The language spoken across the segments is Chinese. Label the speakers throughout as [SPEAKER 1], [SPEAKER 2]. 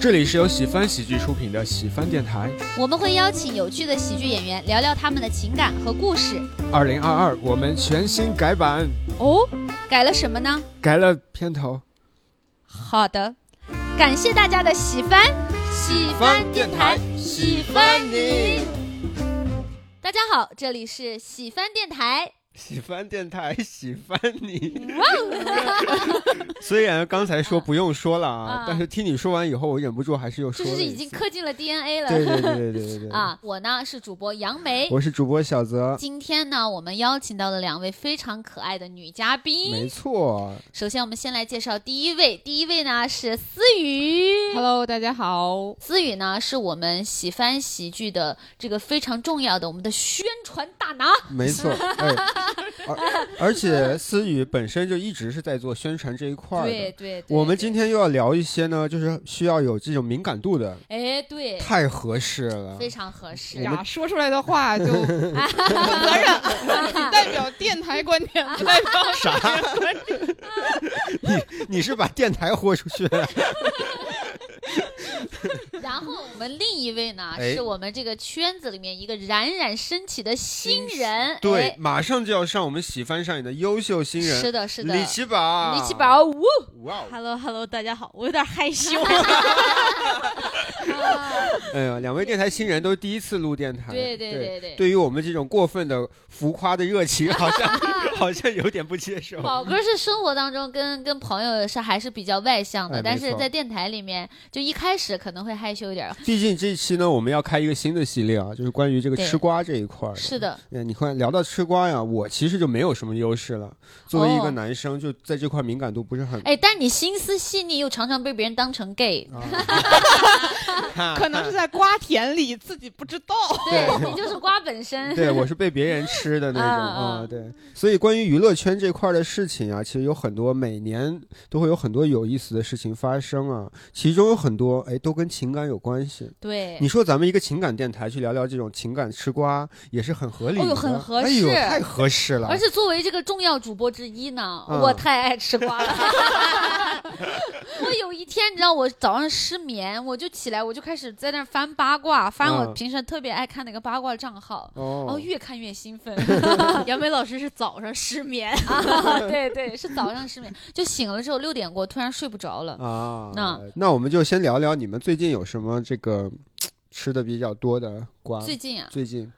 [SPEAKER 1] 这里是由喜翻喜剧出品的喜翻电台。
[SPEAKER 2] 我们会邀请有趣的喜剧演员聊聊他们的情感和故事。
[SPEAKER 1] 二零二二，我们全新改版，
[SPEAKER 2] 哦，改了什么呢？
[SPEAKER 1] 改了片头。
[SPEAKER 2] 好的，感谢大家的喜欢，喜欢电台，喜欢你。大家好，这里是喜翻电台。
[SPEAKER 1] 喜翻电台，喜翻你。 虽然刚才说不用说了啊，
[SPEAKER 2] 哦啊
[SPEAKER 1] 但是听你说完以后，我忍不住还是又说
[SPEAKER 2] 就
[SPEAKER 1] 了一
[SPEAKER 2] 是
[SPEAKER 1] 次。
[SPEAKER 2] 已经刻进了 DNA 了。
[SPEAKER 1] 对对对对对对对！
[SPEAKER 2] 啊，我呢是主播杨梅。
[SPEAKER 1] 我是主播小泽，
[SPEAKER 2] 今天呢，我们邀请到了两位非常可爱的女嘉宾。
[SPEAKER 1] 没错，
[SPEAKER 2] 首先，我们先来介绍第一位，第一位呢是思雨。
[SPEAKER 3] Hello，大家好。
[SPEAKER 2] 思雨呢是我们喜翻喜剧的这个非常重要的我们的宣传大拿。
[SPEAKER 1] 没 错。哎，而而且思雨本身就一直是在做宣传这一块儿
[SPEAKER 2] 对
[SPEAKER 1] 的。
[SPEAKER 2] 对对。
[SPEAKER 1] 我们今天又要聊一些呢，就是需要有这种敏感度的，
[SPEAKER 2] 哎对，
[SPEAKER 1] 太合适了
[SPEAKER 2] 非。常合适。啊
[SPEAKER 1] 我
[SPEAKER 3] 呀，
[SPEAKER 1] 们
[SPEAKER 3] 说出来 的话就不负责任， 仅代表电台观点，不代表啥观点。
[SPEAKER 1] 你是把电台豁出去？
[SPEAKER 2] 然后我们另一位呢，
[SPEAKER 1] 哎
[SPEAKER 2] 是我们这个圈子里面一个冉冉升起的新人。
[SPEAKER 1] 对
[SPEAKER 2] 哎，，
[SPEAKER 1] 马上就要上我们喜翻上映的优秀新人，
[SPEAKER 2] 是的，是的。
[SPEAKER 1] 李奇啊宝，
[SPEAKER 2] 李奇，宝，呜！
[SPEAKER 1] 哇哦！
[SPEAKER 4] Hello Hello，大家好，我有点害羞。
[SPEAKER 2] 啊
[SPEAKER 1] 哎呀，两位电台新人都是第一次录电台，
[SPEAKER 2] 对
[SPEAKER 1] 对
[SPEAKER 2] 对对对。
[SPEAKER 1] 于我们这种过分的浮夸的热 情，好像好像有点不接受。
[SPEAKER 2] 宝哥是生活当中跟跟朋友是还是比较外向的，
[SPEAKER 1] 哎
[SPEAKER 2] 但
[SPEAKER 1] 没
[SPEAKER 2] 是
[SPEAKER 1] 错哎
[SPEAKER 2] 在电台里面，就一开始可能会害羞一点儿。
[SPEAKER 1] 毕竟这一期呢，我们要开一个新的系列啊，就是关于这个
[SPEAKER 2] 对
[SPEAKER 1] 吃瓜这一块儿的。
[SPEAKER 2] 是的，
[SPEAKER 1] 哎，你看聊到吃瓜呀，我其实就没有什么优势了。作为一个
[SPEAKER 2] 哦
[SPEAKER 1] 男生，就在这块敏感度不是很。
[SPEAKER 2] 哎，但你心思细腻，又常常被别人当成 gay，
[SPEAKER 1] 啊
[SPEAKER 3] 可能是 在瓜田里自己不知道。
[SPEAKER 2] 对你就是瓜本身。
[SPEAKER 1] 对， 我是被别人吃的那种
[SPEAKER 2] 啊
[SPEAKER 1] 啊、
[SPEAKER 2] 啊
[SPEAKER 1] 对，所以关于娱乐圈这块儿的事情啊，其实有很多，每年都会有很多有意思的事情发生啊。其中有很多，哎，都跟情感有关系。
[SPEAKER 2] 对
[SPEAKER 1] 你说咱们一个情感电台去聊聊这种情感吃瓜，也是很合理的，
[SPEAKER 2] 哦哟很合
[SPEAKER 1] 哎呦，
[SPEAKER 2] 适
[SPEAKER 1] 太合适了。
[SPEAKER 2] 而且作为这个重要主播之一呢，
[SPEAKER 1] 嗯
[SPEAKER 2] 我太爱吃瓜了。 我有一天，你知道，我早上失眠，我就起来，我就开始在那儿翻八卦，翻我
[SPEAKER 1] 嗯
[SPEAKER 2] 平时特别爱看的一个八卦账号。然后
[SPEAKER 1] 哦，
[SPEAKER 2] 越看越兴 奋，
[SPEAKER 4] 杨梅老师是早上失眠，
[SPEAKER 2] 啊、对对，是早上失眠，就醒了之后六点过，突然睡不着了。
[SPEAKER 1] 啊，
[SPEAKER 2] 那
[SPEAKER 1] 那我们就先聊聊你们最近有什么这个吃的比较多的瓜？
[SPEAKER 2] 最近啊，
[SPEAKER 1] 最近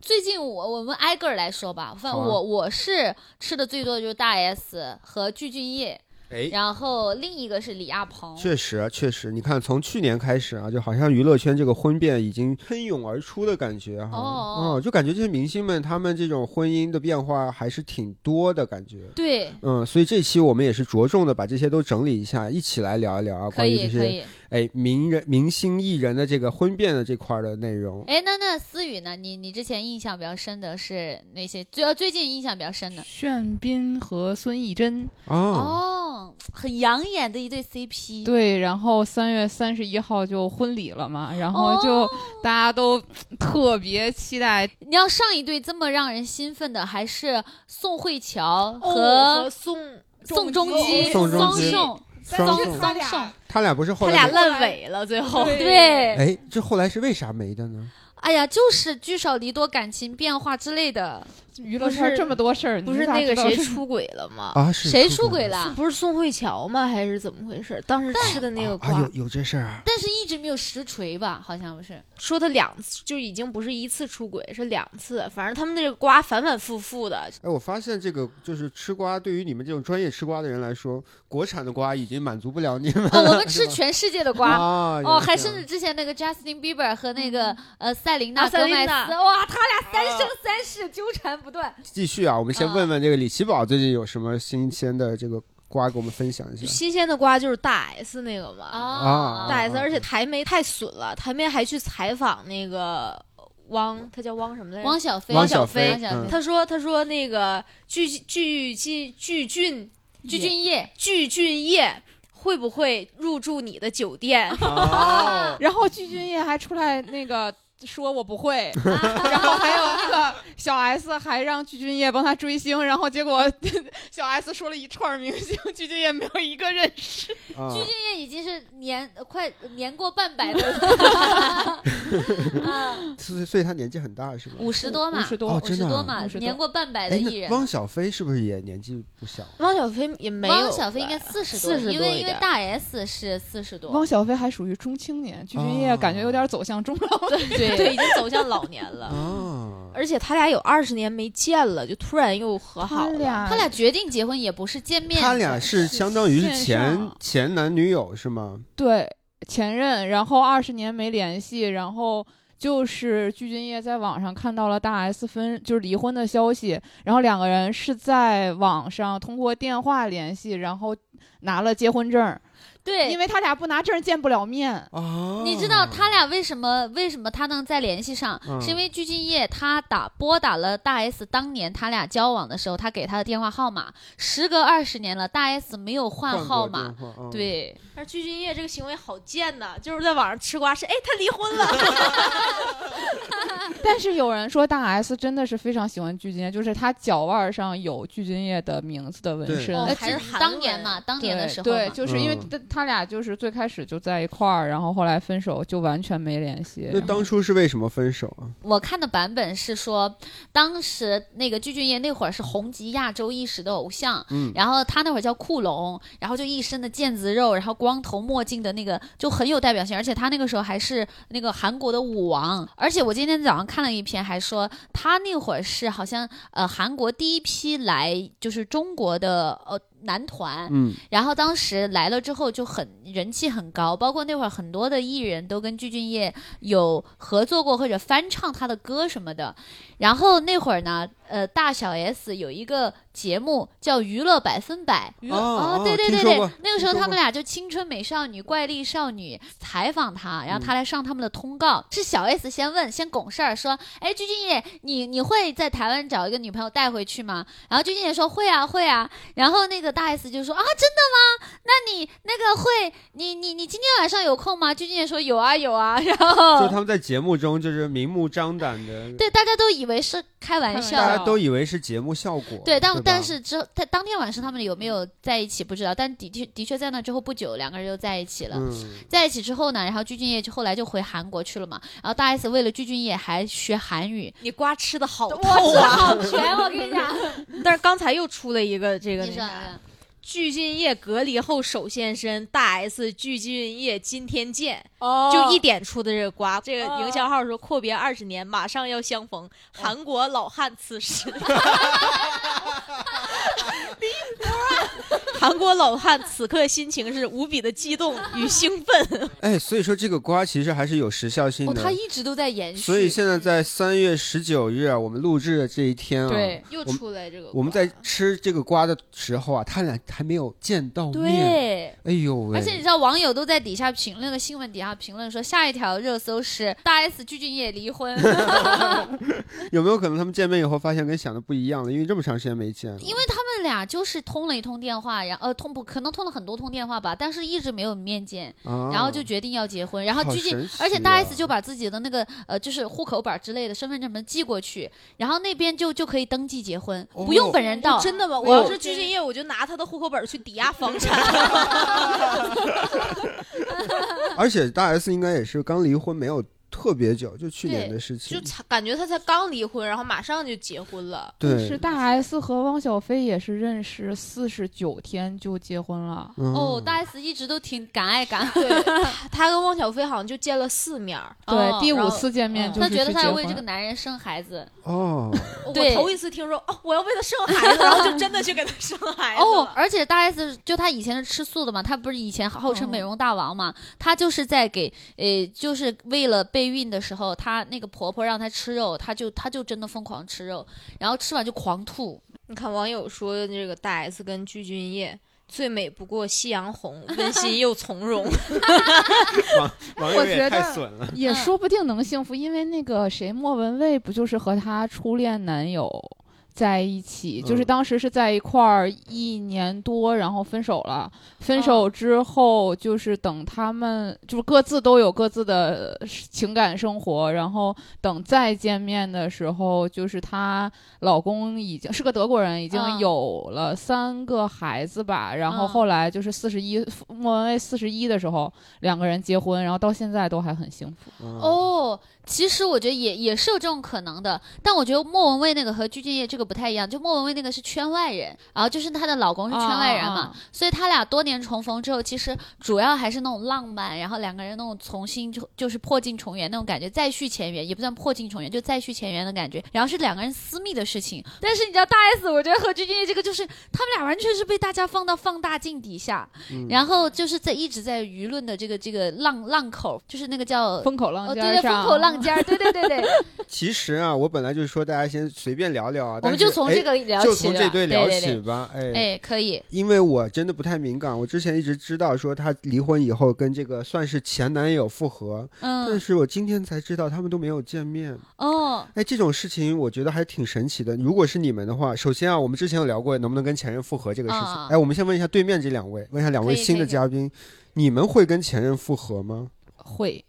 [SPEAKER 2] 最近我我们挨个儿来说吧，反
[SPEAKER 1] 好
[SPEAKER 2] 正
[SPEAKER 1] 啊
[SPEAKER 2] 我、我是吃的最多的就是大 S 和具俊晔，
[SPEAKER 1] 哎
[SPEAKER 2] 然后另一个是李亚鹏，
[SPEAKER 1] 确实，啊确实，你看，从去年开始啊，就好像娱乐圈这个婚变已经喷涌而出的感觉哈。
[SPEAKER 2] 哦
[SPEAKER 1] 嗯就感觉这些明星们他们这种婚姻的变化还是挺多的感觉。
[SPEAKER 2] 对，
[SPEAKER 1] 嗯，所以这期我们也是着重的把这些都整理一下，一起来聊一聊啊，
[SPEAKER 2] 可
[SPEAKER 1] 关于
[SPEAKER 2] 以
[SPEAKER 1] 这
[SPEAKER 2] 可
[SPEAKER 1] 些
[SPEAKER 2] 以。
[SPEAKER 1] 哎名人、明星艺人的这个婚变的这块儿的内容。
[SPEAKER 2] 哎，那那思雨呢？你你之前印象比较深的是那些最呃最近印象比较深的
[SPEAKER 3] 炫斌和孙艺珍，
[SPEAKER 1] 哦，
[SPEAKER 2] 哦，很养眼的一对 CP，
[SPEAKER 3] 对，然后三月三十一号就婚礼了嘛，然后就
[SPEAKER 2] 哦
[SPEAKER 3] 大家都特别期待。
[SPEAKER 2] 你要上一对这么让人兴奋的，还是宋慧乔
[SPEAKER 4] 和
[SPEAKER 2] 哦和
[SPEAKER 4] 宋
[SPEAKER 2] 宋仲基、哦
[SPEAKER 1] 宋仲
[SPEAKER 2] 桑
[SPEAKER 1] 基
[SPEAKER 2] 颂，
[SPEAKER 1] 双
[SPEAKER 2] 宋
[SPEAKER 1] 宋
[SPEAKER 2] 桑颂，
[SPEAKER 1] 他俩不是后
[SPEAKER 4] 他
[SPEAKER 1] 来
[SPEAKER 4] 俩
[SPEAKER 1] 就
[SPEAKER 4] 烂尾了，最后
[SPEAKER 3] 对
[SPEAKER 2] 对，
[SPEAKER 1] 哎，这后来是为啥没的呢？
[SPEAKER 2] 哎呀，就是聚少离多，感情变化之类的。
[SPEAKER 3] 娱乐圈这么多事儿，
[SPEAKER 4] 不
[SPEAKER 3] 你
[SPEAKER 4] 是
[SPEAKER 3] 咋
[SPEAKER 4] 那个
[SPEAKER 3] 知道
[SPEAKER 4] 谁
[SPEAKER 3] 是
[SPEAKER 4] 出轨了吗？
[SPEAKER 1] 啊，是
[SPEAKER 2] 谁出轨？了？
[SPEAKER 4] 不是宋慧乔吗？还是怎么回事？当时吃的那个
[SPEAKER 1] 啊，
[SPEAKER 4] 瓜
[SPEAKER 1] 有，有这事儿啊？
[SPEAKER 2] 但是一直没有实锤吧？好像不是。
[SPEAKER 4] 说他两次就已经不是一次出轨，是两次。反正他们那个瓜反反复复的，
[SPEAKER 1] 哎，我发现这个就是吃瓜，对于你们这种专业吃瓜的人来说，国产的瓜已经满足不了你们。
[SPEAKER 2] 哦，我 们吃全世界的 瓜。
[SPEAKER 1] 啊
[SPEAKER 2] 哦，还甚至之前那个 Justin Bieber 和那个、呃塞琳娜
[SPEAKER 4] 啊
[SPEAKER 2] 戈
[SPEAKER 4] 塞琳
[SPEAKER 2] 麦斯，
[SPEAKER 4] 娜
[SPEAKER 2] 哇，他俩三生三世纠缠不断。
[SPEAKER 1] 继续啊，我们先
[SPEAKER 2] 啊
[SPEAKER 1] 问问这个李奇宝最近有什么新鲜的这个瓜给我们分享一下。
[SPEAKER 4] 新鲜的瓜就是大 S 那个嘛。
[SPEAKER 2] 哦
[SPEAKER 1] 啊
[SPEAKER 4] 大
[SPEAKER 1] 啊
[SPEAKER 4] S，而且台媒太损了，台媒还去采访那个汪，他叫汪什么来着？
[SPEAKER 2] 汪小菲，
[SPEAKER 1] 汪
[SPEAKER 4] 小
[SPEAKER 1] 菲
[SPEAKER 2] 汪小
[SPEAKER 1] 嗯
[SPEAKER 2] 菲，
[SPEAKER 4] 他说：“他说那个具具具具俊
[SPEAKER 2] 具俊晔，
[SPEAKER 4] 具俊晔会不会入住你的酒店？
[SPEAKER 1] 哦
[SPEAKER 3] 然后具俊晔还出来那个说我不 会，然后还有那个小 S 还让具俊晔帮他追星，然后结果 小 S 说了一串明星，具俊晔没有一个认识。
[SPEAKER 1] 啊
[SPEAKER 2] 鞠婧祎已经是年呃快年过半百的人 啊，
[SPEAKER 1] 所以所以他年纪很大是吧？
[SPEAKER 2] 五十多
[SPEAKER 3] 五
[SPEAKER 2] 嘛，
[SPEAKER 3] 十多
[SPEAKER 1] 哦
[SPEAKER 2] 五十
[SPEAKER 1] 真的啊
[SPEAKER 2] 多嘛，
[SPEAKER 3] 50多
[SPEAKER 2] 年过半百的
[SPEAKER 1] 哎，
[SPEAKER 2] 艺
[SPEAKER 1] 那
[SPEAKER 2] 人。
[SPEAKER 1] 汪小菲是不是也年纪不小？
[SPEAKER 4] 汪小菲也没有吧，
[SPEAKER 2] 汪小菲应该四十
[SPEAKER 4] 40多
[SPEAKER 2] 因为
[SPEAKER 4] 一
[SPEAKER 2] 因为
[SPEAKER 4] 点
[SPEAKER 2] 大 S 是四十多
[SPEAKER 3] 汪，小菲还属于中青年，具俊
[SPEAKER 1] 啊
[SPEAKER 3] 晔感觉有点走向中老年。
[SPEAKER 4] 对对，已经走向老年 了。
[SPEAKER 1] 啊，
[SPEAKER 4] 而且他俩有二十年没见了，就突然又和好
[SPEAKER 3] 他
[SPEAKER 4] 了。
[SPEAKER 3] 俩
[SPEAKER 2] 他俩决定结婚也不是见面，
[SPEAKER 1] 他俩是相当于
[SPEAKER 3] 线
[SPEAKER 1] 是前
[SPEAKER 3] 上
[SPEAKER 1] 前男女友是吗？
[SPEAKER 3] 对前任，然后二十年没联系，然后就是具俊晔在网上看到了大 S 分就是离婚的消息，然后两个人是在网上通过电话联系，然后拿了结婚证，
[SPEAKER 2] 对
[SPEAKER 3] 因。为他俩不拿证见不了面。
[SPEAKER 1] 啊，
[SPEAKER 2] 你知道他俩为什么为什么他能再联系上？
[SPEAKER 1] 嗯
[SPEAKER 2] 是因为鞠婧祎他打拨打了大 S 当年他俩交往的时候，他给他的电话号码。时隔二十年了，大 S 没有换
[SPEAKER 1] 换
[SPEAKER 2] 号
[SPEAKER 1] 过
[SPEAKER 2] 码
[SPEAKER 1] 电，话，嗯，
[SPEAKER 2] 对，
[SPEAKER 4] 但是鞠婧祎这个行为好贱呐，就是在网上吃瓜是，哎，他离婚了，
[SPEAKER 3] 但是有人说大 S 真的是非常喜欢具俊晔，就是他脚腕儿上有具俊晔的名字的纹
[SPEAKER 1] 对
[SPEAKER 3] 身。
[SPEAKER 4] 哦
[SPEAKER 2] 呃
[SPEAKER 4] 还是韩
[SPEAKER 2] 当年
[SPEAKER 4] 文
[SPEAKER 2] 嘛，当
[SPEAKER 3] 对
[SPEAKER 2] 年的时候
[SPEAKER 3] 对，
[SPEAKER 2] 嘛
[SPEAKER 3] 就是因为
[SPEAKER 1] 嗯
[SPEAKER 3] 他他俩就是最开始就在一块儿，然后后来分手就完全没联系。
[SPEAKER 1] 那当初是为什么分手啊？
[SPEAKER 2] 我看的版本是说，当时那个具俊晔那会儿是红极亚洲一时的偶像，
[SPEAKER 1] 嗯，
[SPEAKER 2] 然后他那会儿叫酷龙，然后就一身的腱子肉，然后光头墨镜的那个就很有代表性，而且他那个时候还是那个韩国的舞王，而且我今天早上看了一篇，还说他那会儿是好像呃韩国第一批来就是中国的呃男团，
[SPEAKER 1] 嗯，
[SPEAKER 2] 然后当时来了之后就很人气很高，包括那会儿很多的艺人都跟具俊晔有合作过或者翻唱他的歌什么的。然后那会儿呢，呃，大小 S 有一个节目叫《娱乐百分百》。
[SPEAKER 1] 哦哦
[SPEAKER 2] 对对
[SPEAKER 1] 听
[SPEAKER 2] 对
[SPEAKER 1] 说
[SPEAKER 2] 对
[SPEAKER 1] 过，
[SPEAKER 2] 那个时候
[SPEAKER 1] 听说
[SPEAKER 2] 他们
[SPEAKER 1] 过
[SPEAKER 2] 俩就青春美少女、怪力少女采访他，然后
[SPEAKER 1] 嗯
[SPEAKER 2] 他来上他们的通告。是小 S 先问，先拱事儿，说：“哎，鞠婧祎，你你会在台湾找一个女朋友带回去吗？”然后鞠婧祎说：“会啊，会啊。”然后那个大 S 就说：“啊，真的吗？那你那个会，你你你今天晚上有空吗？”鞠婧祎说：“有啊，有啊。” 然
[SPEAKER 1] 就
[SPEAKER 2] 后
[SPEAKER 1] 他们在节目中就是明目张胆的，
[SPEAKER 2] 对大家都以为是开玩
[SPEAKER 3] 开玩
[SPEAKER 2] 笑
[SPEAKER 1] 大
[SPEAKER 3] 笑。
[SPEAKER 1] 家都以为是节目效果，吧
[SPEAKER 2] 对，但但是之后，他当天晚上他们有没有在一起不知道，但的确的确在那之后不久，两个人就在一起了。
[SPEAKER 1] 嗯，
[SPEAKER 2] 在一起之后呢，然后鞠婧祎就后来就回韩国去了嘛。然后大 S 为了鞠婧祎还学韩语，
[SPEAKER 4] 你瓜吃的好
[SPEAKER 2] 我
[SPEAKER 4] 透
[SPEAKER 2] 吃
[SPEAKER 4] 啊！
[SPEAKER 2] 好全，我跟你讲，
[SPEAKER 5] 但是刚才又出了一个这个
[SPEAKER 2] 你
[SPEAKER 5] 那
[SPEAKER 4] 啊
[SPEAKER 2] 说
[SPEAKER 5] 啥，具俊晔隔离后首现身，大 S 具俊晔今天见，
[SPEAKER 4] 哦
[SPEAKER 5] 就一点出的这个瓜。这个
[SPEAKER 4] 哦
[SPEAKER 5] 营销号说阔别二十年，马上要相逢，韩国老汉此 时。离谱啊！ 韩国老汉此刻心情是无比的激动与兴 奋。
[SPEAKER 1] 哎，所以说这个瓜其实还是有时效性
[SPEAKER 2] 哦，
[SPEAKER 1] 的，
[SPEAKER 2] 他一直都在延续，
[SPEAKER 1] 所以现在在三月十九日啊，我们录制的这一天啊，
[SPEAKER 3] 对，
[SPEAKER 4] 又
[SPEAKER 1] 们
[SPEAKER 4] 出来这个
[SPEAKER 1] 我们在吃这个瓜的时候啊，他俩还没有见到面，
[SPEAKER 2] 对。
[SPEAKER 1] 哎呦喂，
[SPEAKER 2] 而且你知道，网友都在底下评论的新闻底下评论说，下一条热搜是大 S 鞠婧祎离婚，
[SPEAKER 1] 有没有可能他们见面以后发现跟想的不一样了？因为这么长时间没见了，
[SPEAKER 2] 因为他们俩就是通了一通电话，然后呃通不可能通了很多通电话吧，但是一直没有面见，
[SPEAKER 1] 啊、
[SPEAKER 2] 然后就决定要结婚，然后
[SPEAKER 1] 好
[SPEAKER 2] 鞠婧
[SPEAKER 1] 神奇
[SPEAKER 2] 而且大
[SPEAKER 1] 啊
[SPEAKER 2] S 就把自己的那个呃，就是户口本儿之类的身份证什么寄过去，然后那边就就可以登记结婚，
[SPEAKER 1] 哦
[SPEAKER 2] 不用本人到。
[SPEAKER 5] 真的吗？
[SPEAKER 1] 我
[SPEAKER 5] 我
[SPEAKER 1] 要
[SPEAKER 5] 要
[SPEAKER 1] 是
[SPEAKER 5] 是具俊晔，我就拿他的户口本去抵押房产。
[SPEAKER 1] 而且大 S 应该也是刚离婚没有特别久，就去年的事
[SPEAKER 4] 就
[SPEAKER 1] 情，
[SPEAKER 4] 才感觉他才刚离婚，然后马上就结婚 了。
[SPEAKER 1] 对，
[SPEAKER 3] 是大 S 和汪小菲也是认识四十九天就结婚了。
[SPEAKER 1] 嗯、
[SPEAKER 2] 哦，大 S 一直都挺敢爱敢恨，
[SPEAKER 4] 对，他跟汪小菲好像就见了四面儿。
[SPEAKER 2] 哦
[SPEAKER 3] 对，第
[SPEAKER 2] 然
[SPEAKER 3] 五
[SPEAKER 2] 后
[SPEAKER 3] 次见面
[SPEAKER 4] 嗯
[SPEAKER 3] 就是
[SPEAKER 2] 她觉得
[SPEAKER 3] 去
[SPEAKER 2] 她
[SPEAKER 3] 结
[SPEAKER 2] 要为
[SPEAKER 3] 婚
[SPEAKER 2] 这个男人生孩子。
[SPEAKER 1] 哦，
[SPEAKER 5] 我
[SPEAKER 2] 对
[SPEAKER 5] 头一次听说哦，我要为他生孩子， 然后就真的去给他生孩子
[SPEAKER 2] 哦
[SPEAKER 5] 了。，
[SPEAKER 2] 而且大 S 就她以前是吃素的嘛，她不是以前号
[SPEAKER 5] 哦
[SPEAKER 2] 称美容大王嘛，她就是在给呃，就是为了备孕的时候，她那个婆婆让她吃肉，她就她就真的疯狂吃肉，然后吃完就狂吐。
[SPEAKER 4] 你看网友说这个大 S 跟鞠婧祎最美不过夕阳红，温馨又从 容。
[SPEAKER 1] 网
[SPEAKER 3] 友也觉得太
[SPEAKER 1] 损了，
[SPEAKER 3] 也
[SPEAKER 2] 嗯
[SPEAKER 3] 说不定能幸福，因为那个谁莫文蔚不就是和她初恋男友在一起，
[SPEAKER 1] 嗯
[SPEAKER 3] 就是当时是在一块儿一年多，然后分手了。
[SPEAKER 2] 嗯
[SPEAKER 3] 分手之后，就是等他们就是各自都有各自的呃情感生活，然后等再见面的时候，就是她老公已经是个德国人，已经
[SPEAKER 2] 嗯
[SPEAKER 3] 有了三个孩子吧。然后
[SPEAKER 2] 嗯
[SPEAKER 3] 后来就是四十一，莫文蔚四十一的时候，两个人结婚，然后到现在都还很幸福。
[SPEAKER 1] 嗯，
[SPEAKER 2] 哦，其实我觉得也也是有这种可能的，但我觉得莫文蔚那个和鞠婧祎这个不太一样，就莫文蔚那个是圈外人，然后就是她的老公哦是圈外人嘛，
[SPEAKER 5] 哦
[SPEAKER 3] 啊，啊啊
[SPEAKER 2] 所以他俩多年重逢之后，其实主要还是那种浪漫，然后两个人那种重新就就是破镜重圆那种感觉，再续前缘也不算破镜重圆，就再续前缘的感觉。然后是两个人私密的事情，但是你知道大 S，我觉得和鞠婧祎这个就是他们俩完全是被大家放到放大镜底下，
[SPEAKER 1] 嗯
[SPEAKER 2] 然后就是在一直在舆论的这个这个浪浪口，就是那个叫。
[SPEAKER 3] 风口浪
[SPEAKER 2] 哦，
[SPEAKER 3] 尖
[SPEAKER 2] 对对，
[SPEAKER 3] 儿上，
[SPEAKER 2] 风口浪尖儿，对对对对，
[SPEAKER 1] 其实啊，我本来就是说大家先随便聊聊啊，
[SPEAKER 2] 我
[SPEAKER 1] 但
[SPEAKER 2] 们
[SPEAKER 1] 是
[SPEAKER 2] 就从
[SPEAKER 1] 哎
[SPEAKER 2] 这个聊起
[SPEAKER 1] 就从这
[SPEAKER 2] 了
[SPEAKER 1] 对
[SPEAKER 2] 对
[SPEAKER 1] 聊
[SPEAKER 2] 对对
[SPEAKER 1] 起吧，哎。
[SPEAKER 2] 哎，可以，
[SPEAKER 1] 因为我真的不太敏感，我之前一直知道说她离婚以后跟这个算是前男友复合，但
[SPEAKER 2] 嗯，
[SPEAKER 1] 是我今天才知道他们都没有见面。
[SPEAKER 2] 哦，
[SPEAKER 1] 哎，这种事情我觉得还挺神奇的。如果是你们的话，首先啊，我们之前有聊过能不能跟前任复合这个事情。
[SPEAKER 2] 啊
[SPEAKER 1] 哎，我们先问一下对面这两位，问一下两位
[SPEAKER 2] 可以
[SPEAKER 1] 新的
[SPEAKER 2] 可以
[SPEAKER 1] 嘉宾，你们会跟前任复合吗？
[SPEAKER 3] 会，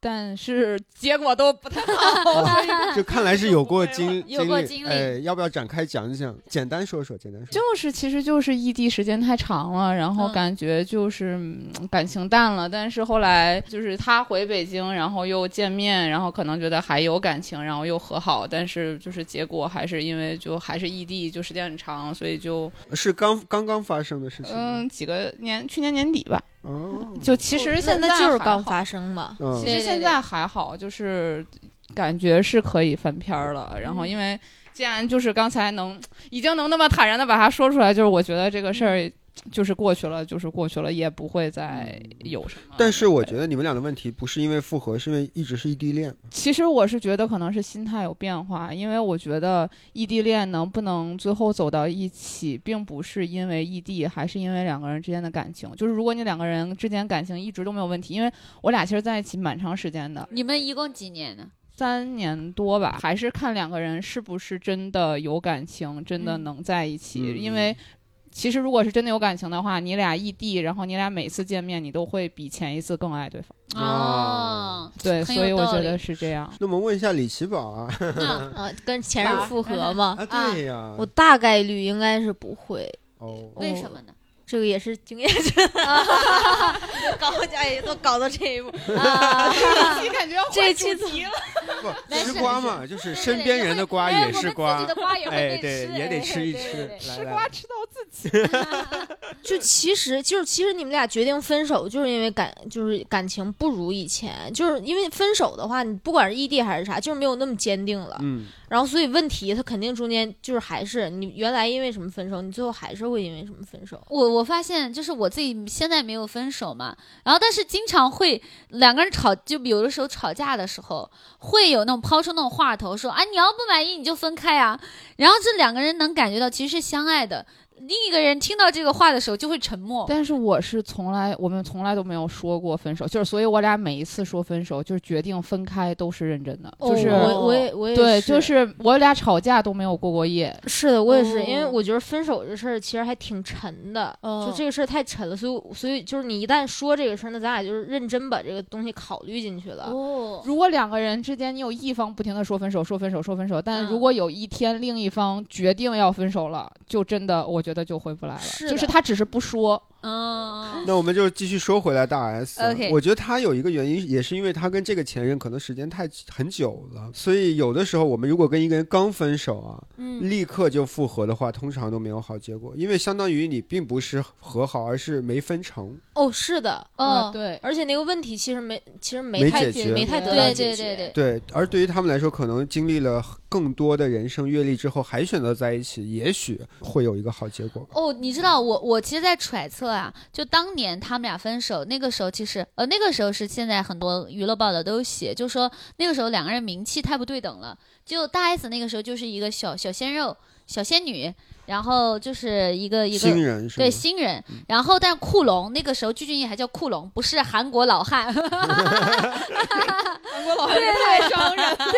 [SPEAKER 3] 但是结果都不太
[SPEAKER 1] 就看来是有过经
[SPEAKER 2] 有过
[SPEAKER 1] 经
[SPEAKER 2] 经
[SPEAKER 1] 历，
[SPEAKER 2] 历
[SPEAKER 1] 哎，要不要展开讲一讲？简单说说，简单说。
[SPEAKER 3] 就是，其实就是异地时间太长了，然后
[SPEAKER 2] 嗯
[SPEAKER 3] 感觉就是、嗯感情淡了。但是后来就是他回北京，然后又见面，然后可能觉得还有感情，然后又和好。但是就是结果还是因为就还是异地，就时间很长，所以就是
[SPEAKER 1] 刚刚刚发生的事情吗。
[SPEAKER 3] 嗯几个年去年年底吧。
[SPEAKER 1] 哦，
[SPEAKER 3] 就其实现在
[SPEAKER 4] 那就是
[SPEAKER 3] 还
[SPEAKER 4] 刚
[SPEAKER 3] 好
[SPEAKER 4] 发生嘛。
[SPEAKER 1] 嗯
[SPEAKER 3] 其实
[SPEAKER 2] 对对
[SPEAKER 3] 现
[SPEAKER 2] 对
[SPEAKER 3] 在还好，就是感觉是可以翻篇儿了。然
[SPEAKER 2] 嗯
[SPEAKER 3] 后因为既然就是刚才能已经能那么坦然的把它说出来，就是我觉得这个事
[SPEAKER 2] 嗯
[SPEAKER 3] 儿就是过去了，就是过去了，也不会再有什么。
[SPEAKER 1] 但是我觉得你们俩的问题不是因为复合，是因为一直是异地恋。
[SPEAKER 3] 其实我是觉得可能是心态有变化，因为我觉得异地恋能不能最后走到一起，并不是因为异地，还是因为两个人之间的感情。就是如果你两个人之间感情一直都没有问题，因为我俩其实在一起蛮长时间的，
[SPEAKER 2] 你们一共几年呢？
[SPEAKER 3] 三年多吧，还是看两个人是不是真的有感情，真的
[SPEAKER 2] 嗯
[SPEAKER 3] 能在一起。
[SPEAKER 1] 嗯
[SPEAKER 3] 因为其实如果是真的有感情的话，你俩异地，然后你俩每次见面，你都会比前一次更爱对方。
[SPEAKER 2] 啊
[SPEAKER 1] 哦
[SPEAKER 2] 哦，
[SPEAKER 3] 对，
[SPEAKER 2] 很
[SPEAKER 3] 所
[SPEAKER 2] 有
[SPEAKER 3] 以我
[SPEAKER 2] 道
[SPEAKER 3] 觉
[SPEAKER 2] 理
[SPEAKER 3] 得是这样。
[SPEAKER 1] 那么问一下李奇宝啊，
[SPEAKER 2] 那
[SPEAKER 4] 啊，跟前任复合嘛，
[SPEAKER 1] 啊对呀，
[SPEAKER 4] 我大概率应该是不会。
[SPEAKER 1] 哦，
[SPEAKER 2] 为什么呢？
[SPEAKER 4] 这个也是经验，高家也都 搞到这一步，
[SPEAKER 2] 啊，
[SPEAKER 3] 你感觉
[SPEAKER 4] 这期怎么
[SPEAKER 1] 不
[SPEAKER 2] 没事
[SPEAKER 1] 吃瓜嘛，就是身边人的瓜也是
[SPEAKER 2] 哎我
[SPEAKER 1] 瓜
[SPEAKER 2] 们自己的，瓜也
[SPEAKER 1] 哎，
[SPEAKER 2] 会
[SPEAKER 1] 对
[SPEAKER 2] 被吃，，
[SPEAKER 1] 也得
[SPEAKER 2] 哎
[SPEAKER 1] 吃一
[SPEAKER 2] 对
[SPEAKER 1] 吃
[SPEAKER 2] 对对。
[SPEAKER 1] 来来
[SPEAKER 3] 吃到自己。
[SPEAKER 4] 就其实就是其实你们俩决定分手，就是因为感就是感情不如以前，就是因为分手的话，你不管是异地还是啥，就是没有那么坚定了。
[SPEAKER 1] 嗯，
[SPEAKER 4] 然后所以问题它肯定中间就是还是你原来因为什么分手，你最后还是会因为什么分手。
[SPEAKER 2] 我我发现就是我自己现在没有分手嘛，然后但是经常会两个人吵，就有的时候吵架的时候会有那种抛出那种话头说啊，你要不满意你就分开啊，然后这两个人能感觉到其实是相爱的，另一个人听到这个话的时候就会沉默。
[SPEAKER 3] 但是我是从来，我们从来都没有说过分手，就是所以我俩每一次说分手，就是决定分开都是认真的，就是。
[SPEAKER 2] 哦
[SPEAKER 4] 我我也我也
[SPEAKER 3] 对，
[SPEAKER 4] 是
[SPEAKER 3] 就是我俩吵架都没有过过夜，
[SPEAKER 4] 是的，我也是，
[SPEAKER 2] 哦
[SPEAKER 4] 因为我觉得分手这事儿其实还挺沉的，
[SPEAKER 2] 哦
[SPEAKER 4] 就这个事儿太沉了，所以我所以就是你一旦说这个事儿，那咱俩就是认真把这个东西考虑进去了。
[SPEAKER 2] 哦，
[SPEAKER 3] 如果两个人之间你有一方不停的说分手、说分手、说分手，但
[SPEAKER 2] 嗯
[SPEAKER 3] 如果有一天另一方决定要分手了，就真的我觉得就回不来了。
[SPEAKER 4] 是
[SPEAKER 3] 就是
[SPEAKER 4] 的
[SPEAKER 3] 他只是不说，
[SPEAKER 2] 嗯，
[SPEAKER 1] 那我们就继续说回来大 S。
[SPEAKER 2] OK
[SPEAKER 1] 我觉得她有一个原因，也是因为她跟这个前任可能时间太很久了，所以有的时候我们如果跟一个人刚分手啊，
[SPEAKER 2] 嗯
[SPEAKER 1] 立刻就复合的话，通常都没有好结果，因为相当于你并不是和好，而是没分成。
[SPEAKER 4] 哦，是的，
[SPEAKER 3] 嗯，
[SPEAKER 2] 哦，
[SPEAKER 3] 对，
[SPEAKER 4] 而且那个问题其实没其实
[SPEAKER 1] 没
[SPEAKER 4] 没太
[SPEAKER 1] 解决
[SPEAKER 4] 没太得到
[SPEAKER 2] 对
[SPEAKER 4] 解
[SPEAKER 2] 对
[SPEAKER 4] 决。。
[SPEAKER 2] 对对，
[SPEAKER 1] 对，而对于他们来说，可能经历了更多的人生阅历之后，还选择在一起，也许会有一个好结果。
[SPEAKER 2] 哦，你知道我我其实，在揣测啊，就当年他们俩分手那个时候，其实呃那个时候是现在很多娱乐报道都有写，就说那个时候两个人名气太不对等了，就大 S 那个时候就是一个小小鲜肉、小仙女，然后就是一个一
[SPEAKER 1] 新
[SPEAKER 2] 个。
[SPEAKER 1] 人是吗嗯
[SPEAKER 2] 对？新人，然后但库龙那个时候具俊晔还叫库龙，不是韩国老汉，
[SPEAKER 3] 韩国老汉太伤人 了。
[SPEAKER 2] 对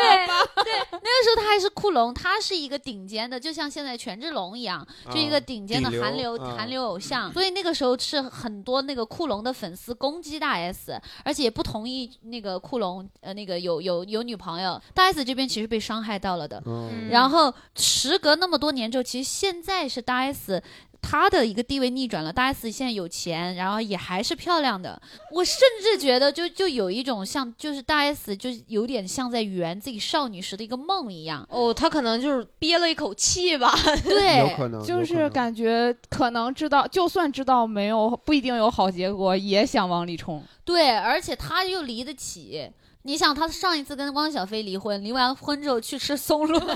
[SPEAKER 2] 对，那个时候他还是库龙，他是一个顶尖的，就像现在权志龙一样，就一个
[SPEAKER 1] 啊
[SPEAKER 2] 顶尖的
[SPEAKER 1] 顶
[SPEAKER 2] 韩
[SPEAKER 1] 流
[SPEAKER 2] 流
[SPEAKER 1] 啊
[SPEAKER 2] 韩流偶像。所以那个时候是很多那个库龙的粉丝攻击大 S，而且也不同意那个库龙呃那个有有有女朋友，大 S 这边其实被伤害到了的。
[SPEAKER 1] 嗯，
[SPEAKER 2] 然后时隔那么多年之后，其实现在是大 S。她的一个地位逆转了，大 S 现在有钱，然后也还是漂亮的。我甚至觉得就，就有一种像，就是大 S 就是有点像在圆自己少女时的一个梦一 样
[SPEAKER 4] 哦，他可能就是
[SPEAKER 5] 憋了一口气吧。
[SPEAKER 1] 有
[SPEAKER 2] 对，
[SPEAKER 1] 可能，有
[SPEAKER 3] 就
[SPEAKER 1] 可
[SPEAKER 3] 是
[SPEAKER 1] 能
[SPEAKER 3] 感觉可能知道，就算知道没有不一定有好结果，也想往里冲。
[SPEAKER 2] 对，而且她又离得起。你想，她上一次跟汪小菲离婚，离完婚之后去吃松露，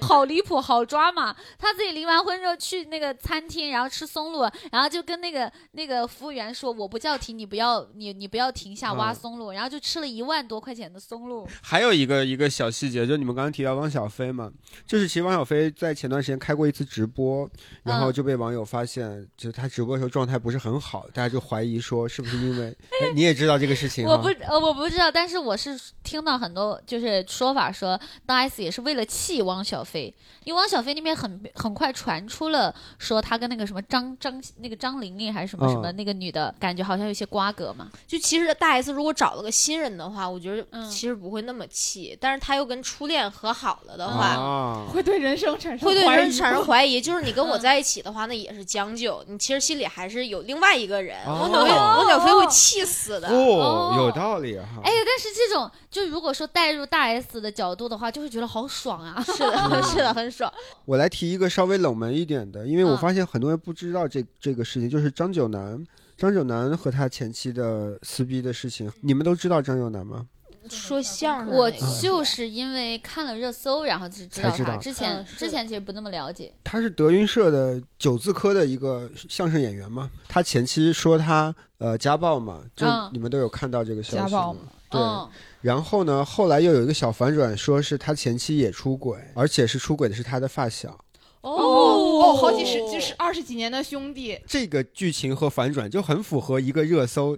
[SPEAKER 2] 好离谱，好抓嘛！她自己离完婚之后去那个餐厅，然后吃松露，然后就跟那个那个服务员说：“我不叫停，你不要你你不要停下挖
[SPEAKER 1] 嗯
[SPEAKER 2] 松露。然后就吃了一万多块钱的松露。
[SPEAKER 1] 还有一个一个小细节，就你们刚刚提到汪小菲嘛，就是其实汪小菲在前段时间开过一次直播，
[SPEAKER 2] 嗯
[SPEAKER 1] 然后就被网友发现，就是他直播的时候状态不是很好，大家就怀疑说是不是因为哎你也知道这个事情、啊，
[SPEAKER 2] 我不呃我不知道，但是我是听到很多就是说法说，大 S 也是为了气汪小菲，因为汪小菲那边很很快传出了说他跟那个什么张张那个张玲玲还是什么什么
[SPEAKER 1] 嗯
[SPEAKER 2] 那个女的、感觉好像有些瓜葛嘛。
[SPEAKER 4] 就其实大 S 如果找了个新人的话，我觉得
[SPEAKER 2] 嗯
[SPEAKER 4] 其实不会那么气，但是他又跟初恋和好了的话。
[SPEAKER 1] 啊，
[SPEAKER 3] 会对人生产生
[SPEAKER 4] 会对
[SPEAKER 3] 怀
[SPEAKER 4] 人
[SPEAKER 3] 疑
[SPEAKER 4] 产生怀疑，就是你跟我
[SPEAKER 2] 嗯
[SPEAKER 4] 在一起的话，那也是将就。你其实心里还是有另外一个人，
[SPEAKER 1] 哦
[SPEAKER 4] 汪小菲，汪小菲会气死的。
[SPEAKER 1] 哦
[SPEAKER 2] 哦，
[SPEAKER 1] 有道理啊哈、
[SPEAKER 2] 哎，但是这种就如果说带入大 S 的角度的话，就会觉得好爽啊。
[SPEAKER 4] 是的，
[SPEAKER 1] 嗯
[SPEAKER 4] 是的，很爽。
[SPEAKER 1] 我来提一个稍微冷门一点的，因为我
[SPEAKER 2] 嗯
[SPEAKER 1] 发现很多人不知道这、这个事情，就是张九南。张九南和他前妻的撕逼的事情，你们都知道张九南吗？
[SPEAKER 4] 说相 声，
[SPEAKER 2] 我就是因为看了热搜，然后就知
[SPEAKER 1] 嗯才
[SPEAKER 2] 道
[SPEAKER 1] 知
[SPEAKER 2] 他。
[SPEAKER 1] 道
[SPEAKER 2] 之前、
[SPEAKER 4] 嗯是的
[SPEAKER 2] 之前其实不那么了解。
[SPEAKER 1] 他是德云社的九字科的一个相声演员嘛，他前期说他呃家暴嘛，就
[SPEAKER 2] 嗯
[SPEAKER 1] 你们都有看到这个消息吗
[SPEAKER 3] 家暴嘛
[SPEAKER 1] 对，
[SPEAKER 2] 嗯，
[SPEAKER 1] 然后呢，后来又有一个小反转，说是他前妻也出轨，而且是出轨的是他的发小。
[SPEAKER 3] 哦，好几十就是二十几年的兄弟，
[SPEAKER 1] 这个剧情和反转就很符合一个热搜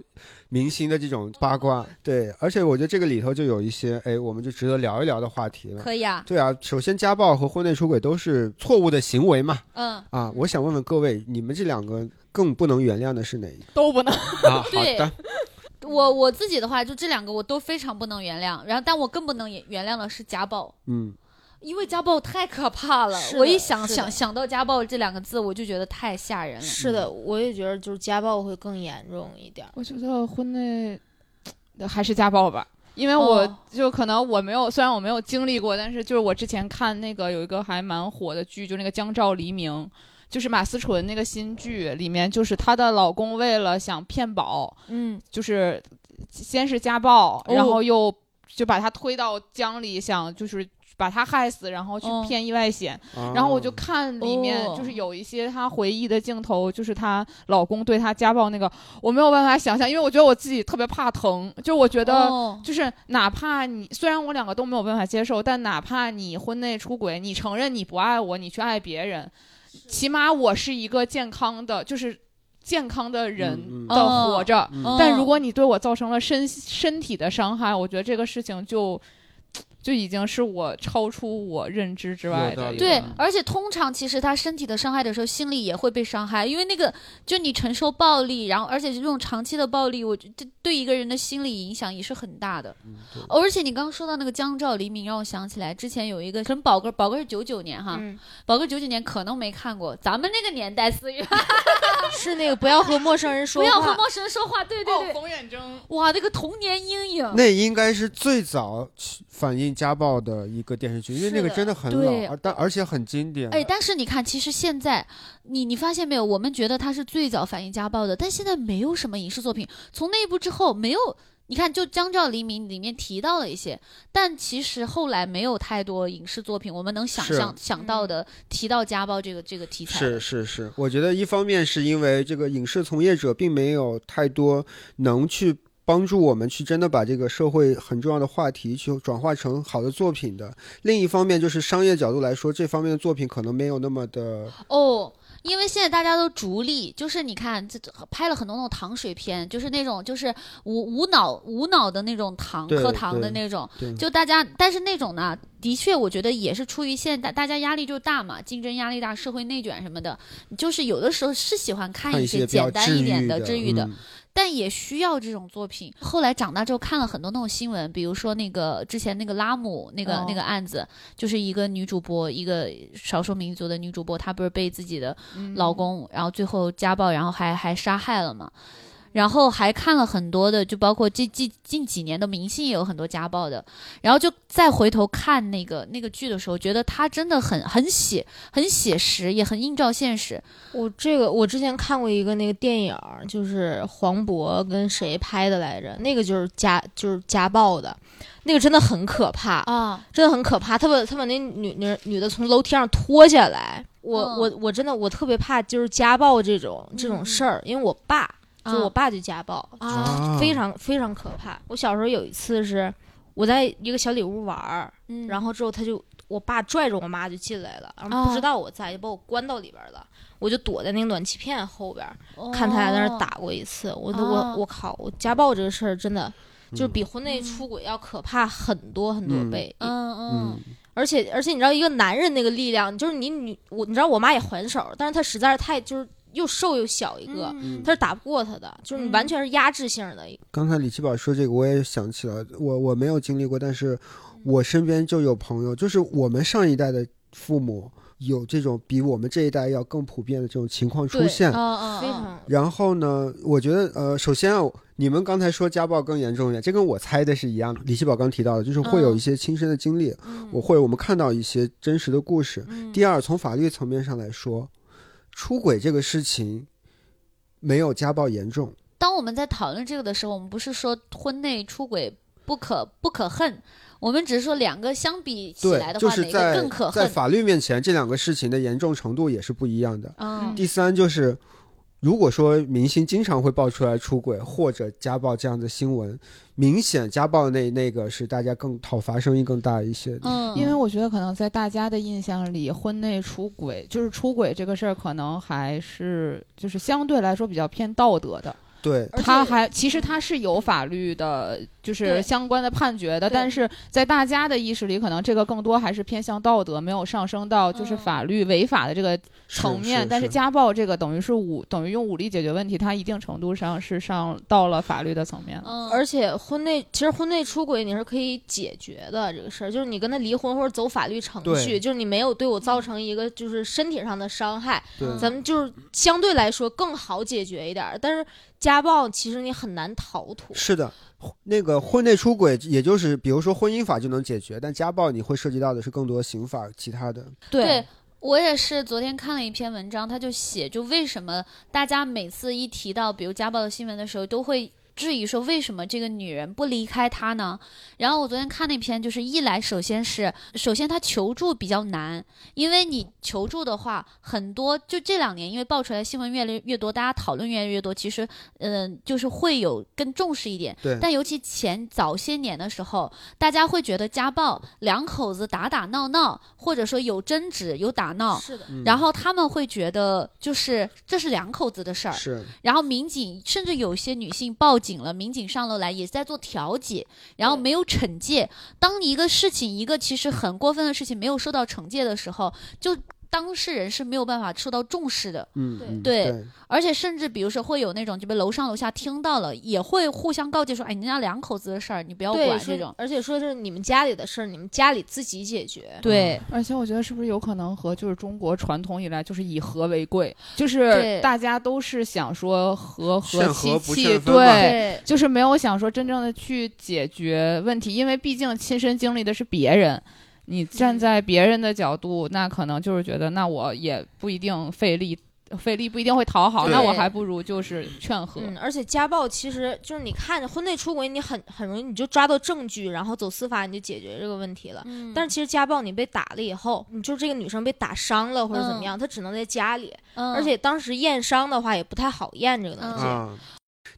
[SPEAKER 1] 明星的这种八卦，对，而且我觉得这个里头就有一些哎，我们就值得聊一聊的话题了。
[SPEAKER 2] 可以啊，
[SPEAKER 1] 对啊，首先家暴和婚内出轨都是错误的行为嘛，
[SPEAKER 2] 嗯，
[SPEAKER 1] 啊，我想问问各位，你们这两个更不能原谅的是哪一个？
[SPEAKER 3] 都不能。
[SPEAKER 1] 啊，好
[SPEAKER 2] 对
[SPEAKER 1] 的，
[SPEAKER 2] 我我自己的话，就这两个我都非常不能原谅，然后但我更不能原原谅的是家暴，
[SPEAKER 1] 嗯，
[SPEAKER 2] 因为家暴太可怕了。
[SPEAKER 4] 是的
[SPEAKER 2] 我一想
[SPEAKER 4] 是的
[SPEAKER 2] 想想到家暴这两个字，我就觉得太吓人了。
[SPEAKER 4] 是的，我也觉得就是家暴会更严重一点。
[SPEAKER 3] 我觉得婚内还是家暴吧，因为我
[SPEAKER 2] 哦
[SPEAKER 3] 就可能我没有，虽然我没有经历过，但是就是我之前看那个有一个还蛮火的剧，就那个《江照黎明》，就是马思纯那个新剧里面，就是她的老公为了想骗保，
[SPEAKER 2] 嗯，
[SPEAKER 3] 就是先是家暴，然
[SPEAKER 2] 哦
[SPEAKER 3] 后又就把她推到江里，想就是。把她害死，然后去
[SPEAKER 2] 哦
[SPEAKER 3] 骗意外险，
[SPEAKER 1] 啊
[SPEAKER 3] 然后我就看里面
[SPEAKER 2] 哦
[SPEAKER 3] 就是有一些她回忆的镜头，就是她老公对她家暴那个，我没有办法想象，因为我觉得我自己特别怕疼，就我觉得
[SPEAKER 2] 哦
[SPEAKER 3] 就是哪怕你虽然我两个都没有办法接受，但哪怕你婚内出轨，你承认你不爱我，你去爱别人，起码我是一个健康的，就是健康的人
[SPEAKER 1] 嗯嗯
[SPEAKER 3] 的活着。
[SPEAKER 1] 嗯
[SPEAKER 2] 哦
[SPEAKER 3] 但如果你对我造成了身身体的伤害，我觉得这个事情就就已经是我超出我认知之外
[SPEAKER 1] 有道
[SPEAKER 3] 的
[SPEAKER 1] 理嗯
[SPEAKER 3] 一个。
[SPEAKER 2] 对，而且通常其实他身体的伤害的时候，心里也会被伤害，因为那个就你承受暴力，然后而且这种长期的暴力，我觉得对一个人的心理影响也是很大的。
[SPEAKER 1] 嗯对
[SPEAKER 2] 而且你刚刚说到那个江照黎明，让我想起来之前有一个跟宝哥，宝哥是九九年哈，
[SPEAKER 4] 嗯，
[SPEAKER 2] 宝哥九九年可能没看过，咱们那个年代四月
[SPEAKER 4] 是那个不要和陌生人说
[SPEAKER 2] 啊不
[SPEAKER 4] 话，
[SPEAKER 2] 要和陌生人说话，对对对，
[SPEAKER 3] 冯远征，
[SPEAKER 2] 哇，那个童年阴影。
[SPEAKER 1] 那应该是最早反映家暴的一个电视剧，因为
[SPEAKER 4] 是
[SPEAKER 1] 那个
[SPEAKER 4] 的
[SPEAKER 1] 真的很
[SPEAKER 2] 对
[SPEAKER 1] 老，而但而且很经典。啊
[SPEAKER 2] 哎，但是你看，其实现在你你发现没有，我们觉得它是最早反映家暴的，但现在没有什么影视作品从那一部之后没有。你看，就《江照黎明》里面提到了一些，但其实后来没有太多影视作品我们能想
[SPEAKER 1] 是
[SPEAKER 2] 象想到的提到家暴这个这个题材
[SPEAKER 1] 嗯是
[SPEAKER 2] 的。
[SPEAKER 1] 是是，我觉得一方面是因为这个影视从业者并没有太多能去帮助我们去真的把这个社会很重要的话题去转化成好的作品的。另一方面，就是商业角度来说，这方面的作品可能没有那么的
[SPEAKER 2] 哦，因为现在大家都逐利，就是你看这拍了很多那种糖水片，就是那种就是无无脑无脑的那种糖
[SPEAKER 1] 对
[SPEAKER 2] 喝糖的
[SPEAKER 1] 对
[SPEAKER 2] 那种，
[SPEAKER 1] 对
[SPEAKER 2] 就大家，但是那种呢，的确我觉得也是出于现在大家压力就大嘛，竞争压力大，社会内卷什么的，就是有的时候是喜欢看
[SPEAKER 1] 看
[SPEAKER 2] 一
[SPEAKER 1] 些
[SPEAKER 2] 些
[SPEAKER 1] 比较
[SPEAKER 2] 简单一点
[SPEAKER 1] 的、
[SPEAKER 2] 治愈的，
[SPEAKER 1] 嗯
[SPEAKER 2] 但也需要这种作品。后来长大之后看了很多那种新闻，比如说那个之前那个拉姆那个、
[SPEAKER 3] 哦
[SPEAKER 2] 那个案子，就是一个女主播，一个少数民族的女主播，她不是被自己的
[SPEAKER 4] 嗯
[SPEAKER 2] 老公，然后最后家暴，然后还还杀害了嘛。然后还看了很多的，就包括近近近几年的明星也有很多家暴的，然后就再回头看那个那个剧的时候，觉得他真的很很写很写实，也很映照现实。
[SPEAKER 4] 我这个我之前看过一个那个电影儿，就是黄渤跟谁拍的来着？那个就是家就是家暴的，那个真的很可怕，
[SPEAKER 2] 啊，
[SPEAKER 4] 真的很可怕。他把他把那女女女的从楼梯上拖下来，我、
[SPEAKER 2] 嗯
[SPEAKER 4] 我我真的我特别怕就是家暴这种这种
[SPEAKER 2] 嗯
[SPEAKER 4] 事儿，因为我爸就我爸就家暴，
[SPEAKER 2] 啊，
[SPEAKER 1] 嗯
[SPEAKER 4] 非常非常可怕。我小时候有一次是我在一个小里屋玩儿，
[SPEAKER 2] 嗯
[SPEAKER 4] 然后之后他就我爸拽着我妈就进来了，然后不知道我在，就把我关到里边了。我就躲在那个暖气片后边儿，看他俩在那儿打过一次。我都
[SPEAKER 2] 哦
[SPEAKER 4] 我我靠，我家暴这个事儿真的就是
[SPEAKER 1] 嗯
[SPEAKER 4] 比婚内出轨要可怕很多很多
[SPEAKER 1] 嗯
[SPEAKER 4] 倍。
[SPEAKER 2] 嗯嗯，
[SPEAKER 4] 而且而且你知道，一个男人那个力量，就是你女我，你知道我妈也还手，但是她实在是太就是又瘦又小一个，
[SPEAKER 1] 嗯
[SPEAKER 4] 她是打不过她的，就是你
[SPEAKER 2] 嗯
[SPEAKER 4] 完全是压制性的。
[SPEAKER 1] 刚才李奇宝说这个，我也想起了，我我没有经历过，但是我身边就有朋友，就是我们上一代的父母有这种比我们这一代要更普遍的这种情况出
[SPEAKER 4] 对
[SPEAKER 1] 现。
[SPEAKER 2] 嗯
[SPEAKER 4] 非常
[SPEAKER 1] 然后呢，我觉得呃，首先啊，你们刚才说家暴更严重一点，这跟我猜的是一样的。李奇宝刚提到的，就是会
[SPEAKER 2] 嗯
[SPEAKER 1] 有一些亲身的经历，我或者我们看到一些真实的故事。
[SPEAKER 2] 嗯
[SPEAKER 1] 第二，从法律层面上来说，出轨这个事情没有家暴严重。
[SPEAKER 2] 当我们在讨论这个的时候，我们不是说婚内出轨不可不可恨，我们只是说两个相比起
[SPEAKER 1] 对
[SPEAKER 2] 来，的
[SPEAKER 1] 就
[SPEAKER 2] 话，
[SPEAKER 1] 是
[SPEAKER 2] 哪
[SPEAKER 1] 在
[SPEAKER 2] 个更可
[SPEAKER 1] 在
[SPEAKER 2] 恨？
[SPEAKER 1] 法律面前，这两个事情的严重程度也是不一样的。
[SPEAKER 2] 嗯
[SPEAKER 1] 第三就是，如果说明星经常会爆出来出轨或者家暴这样的新闻，明显家暴那那个是大家更讨伐声音更大一些的。
[SPEAKER 2] 嗯，
[SPEAKER 3] 因为我觉得可能在大家的印象里，婚内出轨就是出轨这个事儿，可能还是就是相对来说比较偏道德的。
[SPEAKER 1] 对，
[SPEAKER 4] 而且
[SPEAKER 3] 他还其实他是有法律的，就是
[SPEAKER 4] 对
[SPEAKER 3] 相关的判决的，
[SPEAKER 4] 对
[SPEAKER 3] 但是在大家的意识里，可能这个更多还是偏向道德，没有上升到就是
[SPEAKER 2] 嗯
[SPEAKER 3] 法律违法的这个层面。但是
[SPEAKER 1] 是
[SPEAKER 3] 家暴这个等于是武，等于用武力解决问题，它一定程度上是上到了法律的层面了。
[SPEAKER 2] 嗯，
[SPEAKER 4] 而且婚内其实婚内出轨你是可以解决的这个事儿，就是你跟他离婚或者走法律程
[SPEAKER 1] 对
[SPEAKER 4] 序，就是你没有对我造成一个就是身体上的伤害，
[SPEAKER 1] 对
[SPEAKER 2] 嗯
[SPEAKER 4] 咱们就是相对来说更好解决一点儿。但是家暴其实你很难逃脱，
[SPEAKER 1] 是的。那个婚内出轨，也就是比如说婚姻法就能解决，但家暴你会涉及到的是更多刑法其他的。
[SPEAKER 2] 对我也是昨天看了一篇文章，他就写，就为什么大家每次一提到比如家暴的新闻的时候，都会质疑说为什么这个女人不离开他呢？然后我昨天看那篇，就是一来首先是首先他求助比较难，因为你求助的话，很多就这两年因为爆出来的新闻越来越多，大家讨论越来越多，其实嗯、就是会有更重视一点。
[SPEAKER 1] 对
[SPEAKER 2] 但尤其前早些年的时候，大家会觉得家暴两口子打打闹闹，或者说有争执有打闹，
[SPEAKER 4] 是的，
[SPEAKER 1] 嗯
[SPEAKER 2] 然后他们会觉得就是这是两口子的事儿，
[SPEAKER 1] 是
[SPEAKER 2] 然后民警甚至有些女性报警了，民警上楼来也在做调解，然后没有惩戒。当一个事情一个其实很过分的事情没有受到惩戒的时候，就当事人是没有办法受到重视的。
[SPEAKER 1] 嗯嗯
[SPEAKER 2] 对
[SPEAKER 1] 对
[SPEAKER 2] 而且甚至比如说会有那种，就被楼上楼下听到了，也会互相告诫说：“哎，人家两口子的事儿，你不要
[SPEAKER 4] 对，
[SPEAKER 2] 管这
[SPEAKER 4] 说
[SPEAKER 2] 种。
[SPEAKER 4] 而且说是你们家里的事儿，你们家里自己解决”。
[SPEAKER 2] 对，
[SPEAKER 3] 而且我觉得是不是有可能和就是中国传统以来就是以和为贵，就
[SPEAKER 2] 对
[SPEAKER 3] 是大家都是想说和和
[SPEAKER 1] 劝和
[SPEAKER 3] 气
[SPEAKER 1] 不
[SPEAKER 3] 气，
[SPEAKER 1] 劝分嘛
[SPEAKER 2] 对，
[SPEAKER 3] 就是没有想说真正的去解决问题，因为毕竟亲身经历的是别人，你站在别人的角度，那可能就是觉得，那我也不一定费力，费力不一定会讨好，
[SPEAKER 1] 对
[SPEAKER 3] 那我还不如就是劝和。
[SPEAKER 4] 嗯，而且家暴其实就是你看着婚内出轨，你很很容易你就抓到证据，然后走司法你就解决这个问题了。
[SPEAKER 2] 嗯
[SPEAKER 4] 但是其实家暴你被打了以后，你就这个女生被打伤了或者怎么样，她只能在家里，
[SPEAKER 2] 嗯
[SPEAKER 4] 而且当时验伤的话也不太好验这个东西。
[SPEAKER 2] 嗯
[SPEAKER 1] 啊。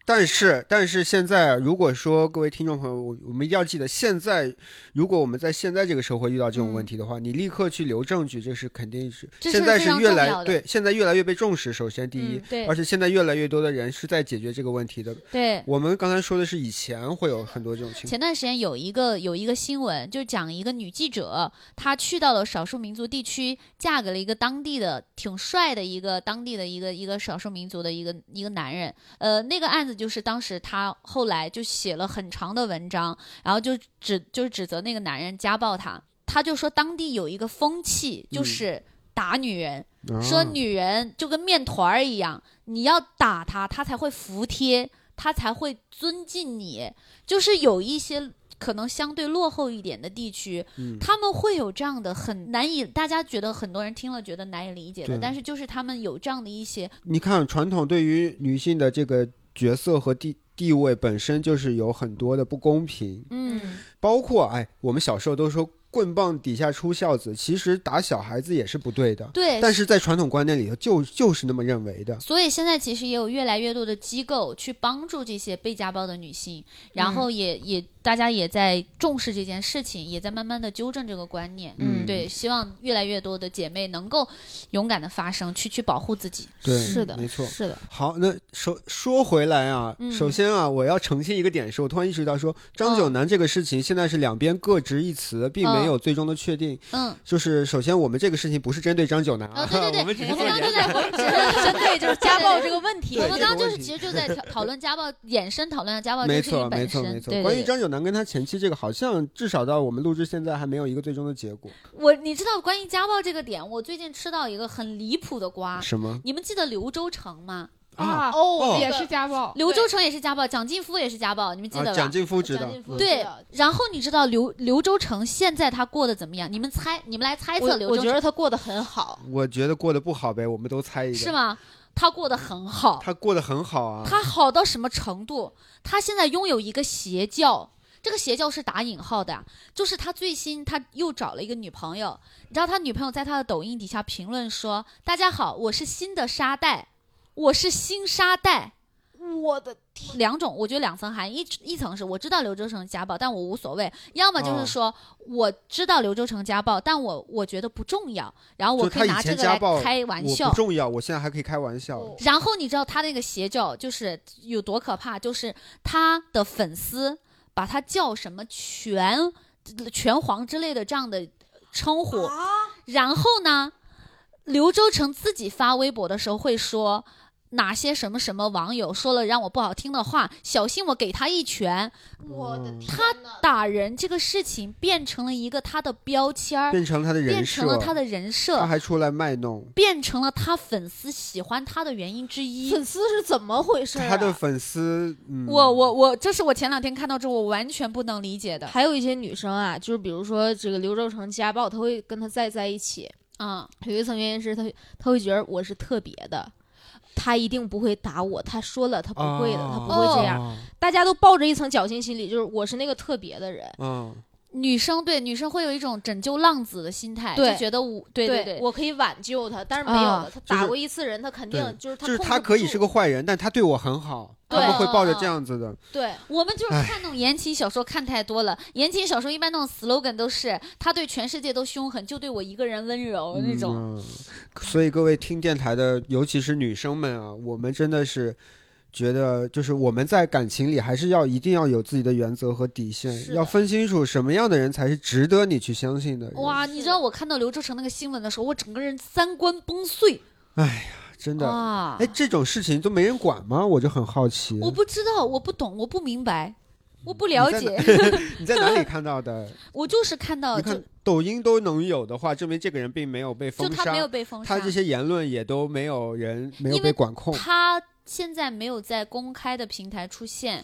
[SPEAKER 1] 但是，但是现在，如果说各位听众朋友，我我们一定要记得，现在如果我们在现在这个社会遇到这种问题的话，你立刻去留证据，这是肯定是
[SPEAKER 2] 嗯这
[SPEAKER 1] 现
[SPEAKER 2] 是
[SPEAKER 1] 在
[SPEAKER 2] 非
[SPEAKER 1] 是
[SPEAKER 2] 常
[SPEAKER 1] 越
[SPEAKER 2] 重
[SPEAKER 1] 来
[SPEAKER 2] 要的
[SPEAKER 1] 对，现在越来越被重视。首先，第一
[SPEAKER 4] 嗯，
[SPEAKER 2] 对
[SPEAKER 1] 而且现在越来越多的人是在解决这个问题的。
[SPEAKER 2] 对。
[SPEAKER 1] 我们刚才说的是以前会有很多这种情况，
[SPEAKER 2] 前段时间有一个有一个新闻，就讲一个女记者，她去到了少数民族地区，嫁给了一个当地的挺帅的一个当地的一个一个少数民族的一个一个男人。呃，那个案子就是当时她后来就写了很长的文章，然后就指就是指责那个男人家暴她。她就说当地有一个风气，就
[SPEAKER 1] 嗯
[SPEAKER 2] 是打女人，
[SPEAKER 1] 啊
[SPEAKER 2] 说女人就跟面团儿一样，你要打她，她才会服帖，她才会尊敬你。就是有一些可能相对落后一点的地区，
[SPEAKER 1] 嗯
[SPEAKER 2] 他们会有这样的很难以，大家觉得很多人听了觉得难以理解的，
[SPEAKER 1] 对
[SPEAKER 2] 但是就是他们有这样的一些，
[SPEAKER 1] 啊你看，传统对于女性的这个角色和地地位本身就是有很多的不公平，
[SPEAKER 2] 嗯，
[SPEAKER 1] 包括哎，我们小时候都说棍棒底下出孝子，其实打小孩子也是不对的，
[SPEAKER 2] 对，
[SPEAKER 1] 但是在传统观念里头就就是那么认为的。
[SPEAKER 2] 所以现在其实也有越来越多的机构去帮助这些被家暴的女性，然
[SPEAKER 1] 嗯
[SPEAKER 2] 后也、也大家也在重视这件事情，也在慢慢的纠正这个观念。
[SPEAKER 1] 嗯
[SPEAKER 2] 对，希望越来越多的姐妹能够勇敢的发声，去去保护自己。
[SPEAKER 1] 对，
[SPEAKER 4] 是的，
[SPEAKER 1] 没错。
[SPEAKER 4] 是的，
[SPEAKER 1] 嗯好，那首说回来啊，
[SPEAKER 2] 嗯
[SPEAKER 1] 首先啊，我要澄清一个点，是我突然意识到说，张九南这个事情现在是两边各执一词，并没有最终的确定。
[SPEAKER 2] 嗯，
[SPEAKER 1] 就是首先，我们这个事情不是针对张九南啊，
[SPEAKER 2] 哦，对对对，
[SPEAKER 1] 我们只是
[SPEAKER 2] 我
[SPEAKER 1] 做
[SPEAKER 2] 们刚刚
[SPEAKER 1] 研究。
[SPEAKER 2] 就在我们只是 针对就是家暴这个。
[SPEAKER 5] 个问题
[SPEAKER 1] 对
[SPEAKER 2] 我们刚刚就
[SPEAKER 1] 这个
[SPEAKER 2] 是
[SPEAKER 1] 问题
[SPEAKER 2] 其实就在讨讨论家暴，衍生讨论家暴这
[SPEAKER 1] 没
[SPEAKER 2] 个事
[SPEAKER 1] 错，
[SPEAKER 2] 情
[SPEAKER 1] 没
[SPEAKER 2] 本
[SPEAKER 1] 错，
[SPEAKER 2] 身。
[SPEAKER 1] 没错。
[SPEAKER 2] 对对
[SPEAKER 1] 关于
[SPEAKER 2] 对
[SPEAKER 1] 张九南跟他前妻这个，好像至少到我们录制现在还没有一个最终的结果。
[SPEAKER 2] 我你知道关于家暴这个点，我最近吃到一个很离谱的瓜，
[SPEAKER 1] 什么
[SPEAKER 2] 你们记得柳州城吗？
[SPEAKER 1] 啊？
[SPEAKER 5] 哦
[SPEAKER 3] 也是家暴，
[SPEAKER 2] 刘洲成也是家暴，蒋劲夫也是家暴，你们记得
[SPEAKER 1] 啊，
[SPEAKER 2] 吧？
[SPEAKER 1] 蒋劲夫知道
[SPEAKER 4] 蒋劲，夫
[SPEAKER 2] 对
[SPEAKER 4] 知道，
[SPEAKER 2] 然后你知道刘刘洲成现在他过得怎么样？你们猜，你们来猜测
[SPEAKER 5] 我
[SPEAKER 2] 刘
[SPEAKER 5] 我
[SPEAKER 2] 洲
[SPEAKER 5] 觉
[SPEAKER 2] 成
[SPEAKER 5] 得他过得很好，
[SPEAKER 1] 嗯我觉得过得不好呗，我们都猜一个。
[SPEAKER 2] 是？吗？他过得很好，
[SPEAKER 1] 他过得很好啊。
[SPEAKER 2] 他好到什么程度？他现在拥有一个邪教，这个邪教是打引号的，就是他最新他又找了一个女朋友，你知道他女朋友在他的抖音底下评论说：“大家好，我是新的沙袋，我是新沙袋。”
[SPEAKER 5] 我的天，
[SPEAKER 2] 两种，我觉得两层含义，一一层是我知道刘洲成家暴，但我无所谓；要么
[SPEAKER 1] 哦
[SPEAKER 2] 就是说、我知道刘洲成家暴，但我我觉得不重要，然后我
[SPEAKER 1] 就
[SPEAKER 2] 可
[SPEAKER 1] 他
[SPEAKER 2] 以
[SPEAKER 1] 以
[SPEAKER 2] 拿这
[SPEAKER 1] 前
[SPEAKER 2] 个
[SPEAKER 1] 家
[SPEAKER 2] 来
[SPEAKER 1] 暴
[SPEAKER 2] 开玩
[SPEAKER 1] 我
[SPEAKER 2] 笑
[SPEAKER 1] 不。重要，我现在还可以开玩笑。
[SPEAKER 5] 哦
[SPEAKER 2] 然后你知道他那个邪教就是有多可怕，就是他的粉丝把他叫什么拳拳皇之类的这样的称呼，然后呢，刘洲成自己发微博的时候会说。哪些什么什么网友说了让我不好听的话，小心我给他一拳！
[SPEAKER 5] 我的
[SPEAKER 1] 嗯
[SPEAKER 5] 天
[SPEAKER 2] 他
[SPEAKER 5] 呐
[SPEAKER 2] 打人这个事情变成了一个他的标签儿，
[SPEAKER 1] 变成了他的人
[SPEAKER 2] 变
[SPEAKER 1] 设，
[SPEAKER 2] 成了他的人
[SPEAKER 1] 他
[SPEAKER 2] 设，
[SPEAKER 1] 还出来卖弄。
[SPEAKER 2] 变成了他粉丝喜欢他的原因之一。
[SPEAKER 1] 嗯
[SPEAKER 5] 粉丝是怎么回事、啊？
[SPEAKER 1] 他的粉丝，嗯，
[SPEAKER 2] 我我我，这是我前两天看到之后我完全不能理解的。
[SPEAKER 4] 还有一些女生啊，就是比如说这个刘洲成家暴，她会跟他再在一起，
[SPEAKER 2] 嗯，
[SPEAKER 4] 有一层原因是她她会觉得我是特别的，他一定不会打我，他说了他不会的，他不会这样。
[SPEAKER 1] 啊
[SPEAKER 4] 大家都抱着一层侥幸心理，就是我是那个特别的人，
[SPEAKER 1] 嗯，
[SPEAKER 2] 女生对女生会有一种拯救浪子的心态，
[SPEAKER 4] 对
[SPEAKER 2] 就觉得我对
[SPEAKER 4] 对
[SPEAKER 2] 对，
[SPEAKER 4] 我可以挽救他，但是没有
[SPEAKER 2] 啊
[SPEAKER 4] 的，他
[SPEAKER 1] 就
[SPEAKER 4] 打
[SPEAKER 1] 是
[SPEAKER 4] 过一次人，他肯定
[SPEAKER 1] 对
[SPEAKER 4] 就是他
[SPEAKER 1] 就是
[SPEAKER 4] 控
[SPEAKER 1] 他
[SPEAKER 4] 制不
[SPEAKER 1] 可以
[SPEAKER 4] 住
[SPEAKER 1] 是个坏人，但他对我很好，他
[SPEAKER 4] 对
[SPEAKER 1] 们会抱着这样子的，
[SPEAKER 4] 对
[SPEAKER 2] 我们就是
[SPEAKER 1] 唉
[SPEAKER 2] 看那种言情小说看太多了，言情小说一般那种 slogan 都是他对全世界都凶狠，就对我一个人温柔那种。
[SPEAKER 1] 嗯。所以各位听电台的，尤其是女生们啊，我们真的是。觉得就是我们在感情里还是要一定要有自己的原则和底线
[SPEAKER 4] 是，的
[SPEAKER 1] 要分清楚什么样的人才是值得你去相信的人。
[SPEAKER 2] 哇，你知道我看到刘洲成那个新闻的时候，我整个人三观崩碎
[SPEAKER 1] 真的，
[SPEAKER 2] 啊
[SPEAKER 1] 哎！，这种事情都没人管吗？我就很好奇。
[SPEAKER 2] 我不知道，我不懂，我不明白，我不了
[SPEAKER 1] 你在
[SPEAKER 2] 解，
[SPEAKER 1] 你在哪 里看到的？
[SPEAKER 2] 我就是看到
[SPEAKER 1] 你
[SPEAKER 2] 就
[SPEAKER 1] 看抖音都能有的话，证明这个人并没有被
[SPEAKER 2] 就
[SPEAKER 1] 封
[SPEAKER 2] 他
[SPEAKER 1] 杀，
[SPEAKER 2] 没有被封杀
[SPEAKER 1] 他，这些言论也都没有人没有
[SPEAKER 2] 因为
[SPEAKER 1] 被管控。
[SPEAKER 2] 他现在没有在公开的平台出现。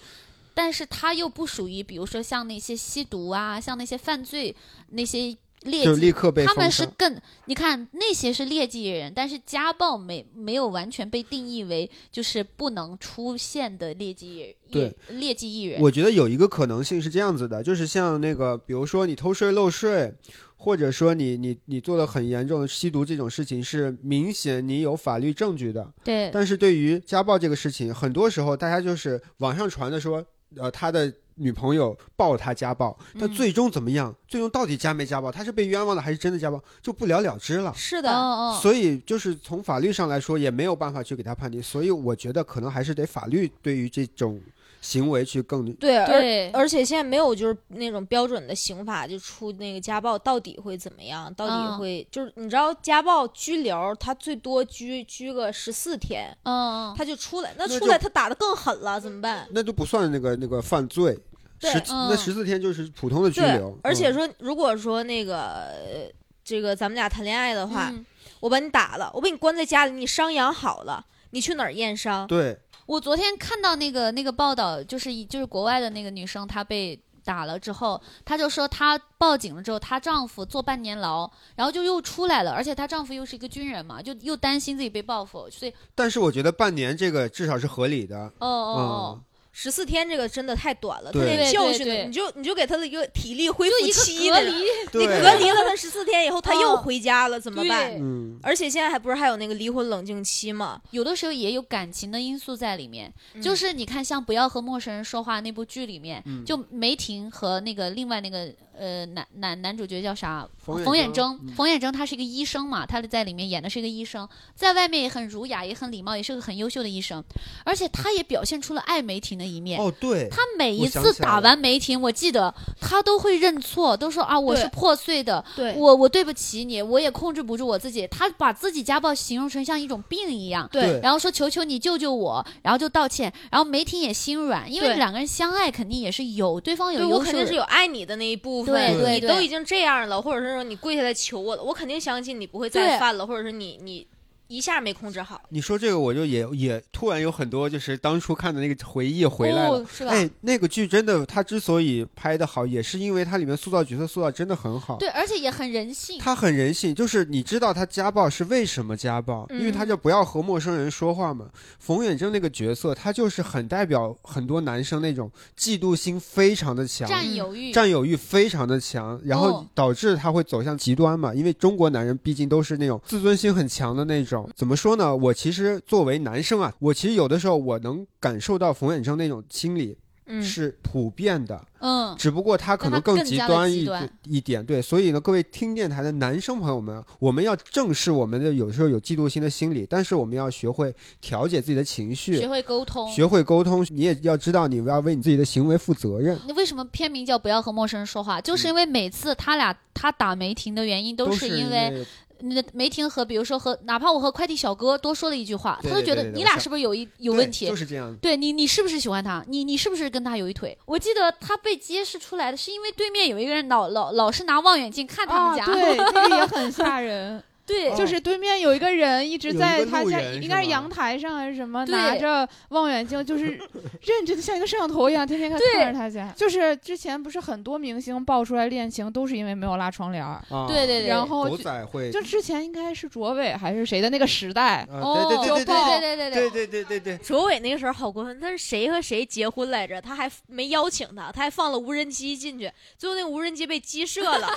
[SPEAKER 2] 但是他又不属于，比如说像那些吸毒啊，像那些犯罪那些劣
[SPEAKER 1] 就
[SPEAKER 2] 迹
[SPEAKER 1] 立刻被
[SPEAKER 2] 他
[SPEAKER 1] 封
[SPEAKER 2] 们是
[SPEAKER 1] 杀。
[SPEAKER 2] 更，你看那些是劣迹艺人，但是家暴没没有完全被定义为就是不能出现的劣迹艺人，
[SPEAKER 1] 对
[SPEAKER 2] 劣劣迹艺人，
[SPEAKER 1] 我觉得有一个可能性是这样子的，就是像那个，比如说你偷税漏税，或者说你你你做了很严重的吸毒这种事情，是明显你有法律证据的。
[SPEAKER 2] 对
[SPEAKER 1] 但是对于家暴这个事情，很多时候大家就是网上传的说，呃，他的女朋友抱他家暴，但
[SPEAKER 2] 嗯
[SPEAKER 1] 最终怎么样？最终到底家没家暴？他是被冤枉的还是真的家暴？就不了了之了。
[SPEAKER 4] 是
[SPEAKER 2] 哦
[SPEAKER 4] 的，
[SPEAKER 2] 哦，
[SPEAKER 1] 所以就是从法律上来说，也没有办法去给他判定。所以我觉得可能还是得法律对于这种行为去更
[SPEAKER 4] 对，而
[SPEAKER 2] 对，
[SPEAKER 4] 而且现在没有就是那种标准的刑法，就出那个家暴到底会怎么样？到底
[SPEAKER 2] 嗯
[SPEAKER 4] 会、就是你知道家暴拘留，他最多拘拘个十四天，
[SPEAKER 2] 嗯嗯，
[SPEAKER 4] 他就出来。那
[SPEAKER 1] 那
[SPEAKER 4] 出
[SPEAKER 1] 就
[SPEAKER 4] 来他打的更狠了，怎么办？
[SPEAKER 1] 那都不算那个那个犯罪，
[SPEAKER 4] 对
[SPEAKER 1] 十、
[SPEAKER 2] 嗯
[SPEAKER 1] 那十四天就是普通的拘
[SPEAKER 4] 对
[SPEAKER 1] 留，。
[SPEAKER 4] 而且
[SPEAKER 1] 嗯、
[SPEAKER 4] 说，如果说那个呃这个咱们俩谈恋爱的话，
[SPEAKER 2] 嗯
[SPEAKER 4] 我把你打了，我把你关在家里，你伤养好了，你去哪儿验伤？
[SPEAKER 1] 对
[SPEAKER 2] 我昨天看到那个那个报道，就是一就是国外的那个女生，她被打了之后，她就说她报警了之后，她丈夫坐半年牢，然后就又出来了，而且她丈夫又是一个军人嘛，就又担心自己被报复，所以
[SPEAKER 1] 但是我觉得半年这个至少是合理的。
[SPEAKER 2] 哦哦哦，
[SPEAKER 4] 十四天这个真的太短了，
[SPEAKER 1] 嗯
[SPEAKER 4] 他
[SPEAKER 1] 对
[SPEAKER 4] 连教
[SPEAKER 2] 对对
[SPEAKER 4] 训
[SPEAKER 2] 对
[SPEAKER 4] 你就你就给他的一个体力恢
[SPEAKER 2] 就
[SPEAKER 4] 复
[SPEAKER 2] 一个
[SPEAKER 4] 期
[SPEAKER 2] 隔
[SPEAKER 4] 那种
[SPEAKER 2] 离，
[SPEAKER 1] 嗯、
[SPEAKER 4] 你
[SPEAKER 1] 对，
[SPEAKER 4] 隔离了他十四天以后，他又
[SPEAKER 2] 嗯
[SPEAKER 4] 回家了，怎么办？
[SPEAKER 2] 对
[SPEAKER 1] 嗯，
[SPEAKER 4] 而且现在还不是还有那个离婚冷静期吗？
[SPEAKER 2] 有的时候也有感情的因素在里面。
[SPEAKER 4] 嗯
[SPEAKER 2] 就是你看，像《不要和陌生人说话》那部剧里面，
[SPEAKER 1] 嗯
[SPEAKER 2] 就梅婷和那个另外那个呃男男男主角叫啥？
[SPEAKER 1] 冯远
[SPEAKER 2] 冯远
[SPEAKER 1] 征
[SPEAKER 2] 征
[SPEAKER 1] 嗯。
[SPEAKER 2] 冯远征他是一个医生嘛，他在里面演的是一个医生，在外面也很儒雅，也很礼貌，也是个很优秀的医生，而且他也表现出了爱梅婷的一面。
[SPEAKER 4] 嗯
[SPEAKER 1] 哦对，
[SPEAKER 2] 他每
[SPEAKER 1] 我
[SPEAKER 2] 一
[SPEAKER 1] 想
[SPEAKER 2] 次
[SPEAKER 1] 起来
[SPEAKER 2] 打
[SPEAKER 1] 了
[SPEAKER 2] 完梅婷，我记得他都会认错，都说啊我是
[SPEAKER 4] 对
[SPEAKER 2] 破碎的，
[SPEAKER 4] 对
[SPEAKER 2] 我我对不起你，我也控制不住我自己。他把自己家暴形容成像一种病一样，
[SPEAKER 1] 对
[SPEAKER 2] 然后说求求你救救我，然后就道歉，然后梅婷也心软，因为
[SPEAKER 4] 对
[SPEAKER 2] 两个人相爱肯定也是有对方有
[SPEAKER 4] 对
[SPEAKER 2] 优秀
[SPEAKER 4] 我
[SPEAKER 2] 的
[SPEAKER 4] 肯定是有爱你的那一部分，
[SPEAKER 2] 对
[SPEAKER 1] 对
[SPEAKER 4] 你
[SPEAKER 2] 对
[SPEAKER 4] 都已经这样了，或者是说你跪下来求我了，我肯定相信你不会再
[SPEAKER 2] 对
[SPEAKER 4] 犯了，或者是你你一下没控制好，
[SPEAKER 1] 你说这个，我就也也突然有很多就是当初看的那个回忆回来了。
[SPEAKER 4] 哦是吧？
[SPEAKER 1] 哎，那个剧真的，它之所以拍的好，也是因为它里面塑造角色塑造真的很好。
[SPEAKER 2] 对，而且也很人性。
[SPEAKER 1] 它很人性，就是你知道他家暴是为什么家暴，
[SPEAKER 2] 嗯
[SPEAKER 1] 因为他叫不要和陌生人说话嘛。冯远征那个角色，他就是很代表很多男生那种嫉妒心非常的强，
[SPEAKER 2] 占有欲，
[SPEAKER 1] 占有欲非常的强，然后
[SPEAKER 2] 哦
[SPEAKER 1] 导致他会走向极端嘛。因为中国男人毕竟都是那种自尊心很强的那种。怎么说呢？我其实作为男生啊，我其实有的时候我能感受到冯远征那种心理
[SPEAKER 4] 嗯，
[SPEAKER 1] 是普遍的，
[SPEAKER 2] 嗯，
[SPEAKER 1] 只不过他可能
[SPEAKER 2] 但他更
[SPEAKER 1] 极
[SPEAKER 2] 加的
[SPEAKER 1] 端
[SPEAKER 2] 极
[SPEAKER 1] 一
[SPEAKER 2] 端
[SPEAKER 1] 一点。对，所以呢，各位听电台的男生朋友们，我们要正视我们的有时候有嫉妒心的心理，但是我们要学会调节自己的情
[SPEAKER 2] 学
[SPEAKER 1] 绪。
[SPEAKER 2] 会沟通。
[SPEAKER 1] 学会沟通，你也要知道你要为你自己的行为负责任。
[SPEAKER 2] 你为什么片名叫“不要和陌生人说话”？就是
[SPEAKER 1] 嗯
[SPEAKER 2] 因为每次他俩他打梅婷的原因都
[SPEAKER 1] 都
[SPEAKER 2] 是因为
[SPEAKER 1] 为
[SPEAKER 2] 你的梅婷和比如说和哪怕我和快递小哥多说了一句话，
[SPEAKER 1] 对
[SPEAKER 2] 他都
[SPEAKER 1] 对对
[SPEAKER 2] 觉得
[SPEAKER 1] 对
[SPEAKER 2] 你
[SPEAKER 1] 我
[SPEAKER 2] 俩
[SPEAKER 1] 想
[SPEAKER 2] 是不是有一有
[SPEAKER 1] 对
[SPEAKER 2] 问题？
[SPEAKER 1] 就是这样。
[SPEAKER 2] 对你，你是不是喜欢他？你你是不是跟他有一腿？我记得他被揭示出来的是因为对面有一个人老老老是拿望远镜看他
[SPEAKER 3] 啊，
[SPEAKER 2] 们家，
[SPEAKER 3] 对，那个也很吓人。
[SPEAKER 2] 对
[SPEAKER 1] 哦
[SPEAKER 3] 就是对面有一个人一直
[SPEAKER 1] 有一
[SPEAKER 3] 在
[SPEAKER 1] 个
[SPEAKER 3] 他
[SPEAKER 1] 路
[SPEAKER 3] 家，
[SPEAKER 1] 人
[SPEAKER 3] 应
[SPEAKER 1] 是
[SPEAKER 3] 该
[SPEAKER 1] 吧
[SPEAKER 3] 是阳台上还是什么，
[SPEAKER 2] 对
[SPEAKER 3] 拿着望远镜，就是 认真的像一个摄像头一样，天天看
[SPEAKER 2] 对
[SPEAKER 3] 看着他家。就是之前不是很多明星爆出来恋情，都是因为没有拉窗帘儿。
[SPEAKER 1] 啊
[SPEAKER 2] 对对对
[SPEAKER 3] 然后
[SPEAKER 1] 狗
[SPEAKER 3] 就
[SPEAKER 1] 仔会
[SPEAKER 3] 就之前应该是卓伟还是谁的那个 时代，
[SPEAKER 1] 啊
[SPEAKER 2] 哦，
[SPEAKER 1] 对对对对
[SPEAKER 3] 就爆
[SPEAKER 1] 对
[SPEAKER 2] 对对对
[SPEAKER 1] 对对对对对，
[SPEAKER 4] 卓伟那个时候好过分，他是谁和谁结婚来着？他还没邀请他，他还放了无人机进去，最后那个无人机被鸡射 了，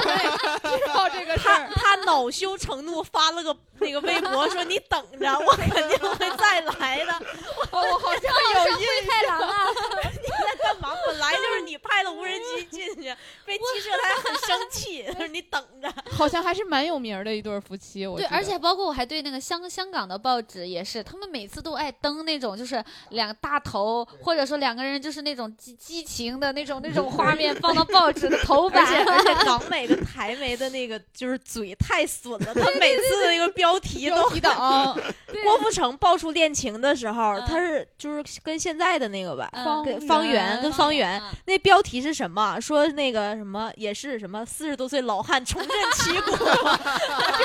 [SPEAKER 3] 知道这个事
[SPEAKER 5] 他
[SPEAKER 3] 儿。
[SPEAKER 5] 他恼羞成怒发了个那个微博说：“你等着，我肯定会再来 的。
[SPEAKER 3] 哦，我好像
[SPEAKER 2] 上
[SPEAKER 3] 有印
[SPEAKER 2] 灰太狼啊！
[SPEAKER 5] 你在干嘛？本来就是你派了无人机进去，被击射，他还很生气。他说你等着。
[SPEAKER 3] 好像还是蛮有名儿的一对儿夫妻。我
[SPEAKER 2] 对，
[SPEAKER 3] 记得
[SPEAKER 2] 而且包括我还对那个香香港的报纸也是，他们每次都爱登那种就是两大头，或者说两个人就是那种激激情的那种那种画面放到报纸的头
[SPEAKER 5] 而且
[SPEAKER 2] 版。
[SPEAKER 5] 而且港美跟台媒的那个就是嘴太损了，他每次的那个标题都
[SPEAKER 3] 标 题党
[SPEAKER 2] 对
[SPEAKER 5] 郭富城爆出恋情的时候，
[SPEAKER 2] 嗯
[SPEAKER 5] 他是就是跟现在的那个吧，
[SPEAKER 2] 嗯
[SPEAKER 5] 跟方圆跟方圆
[SPEAKER 2] 嗯
[SPEAKER 5] 那标题是什么？说那个什么也是什么四十多岁老汉重振旗旗鼓，
[SPEAKER 3] 这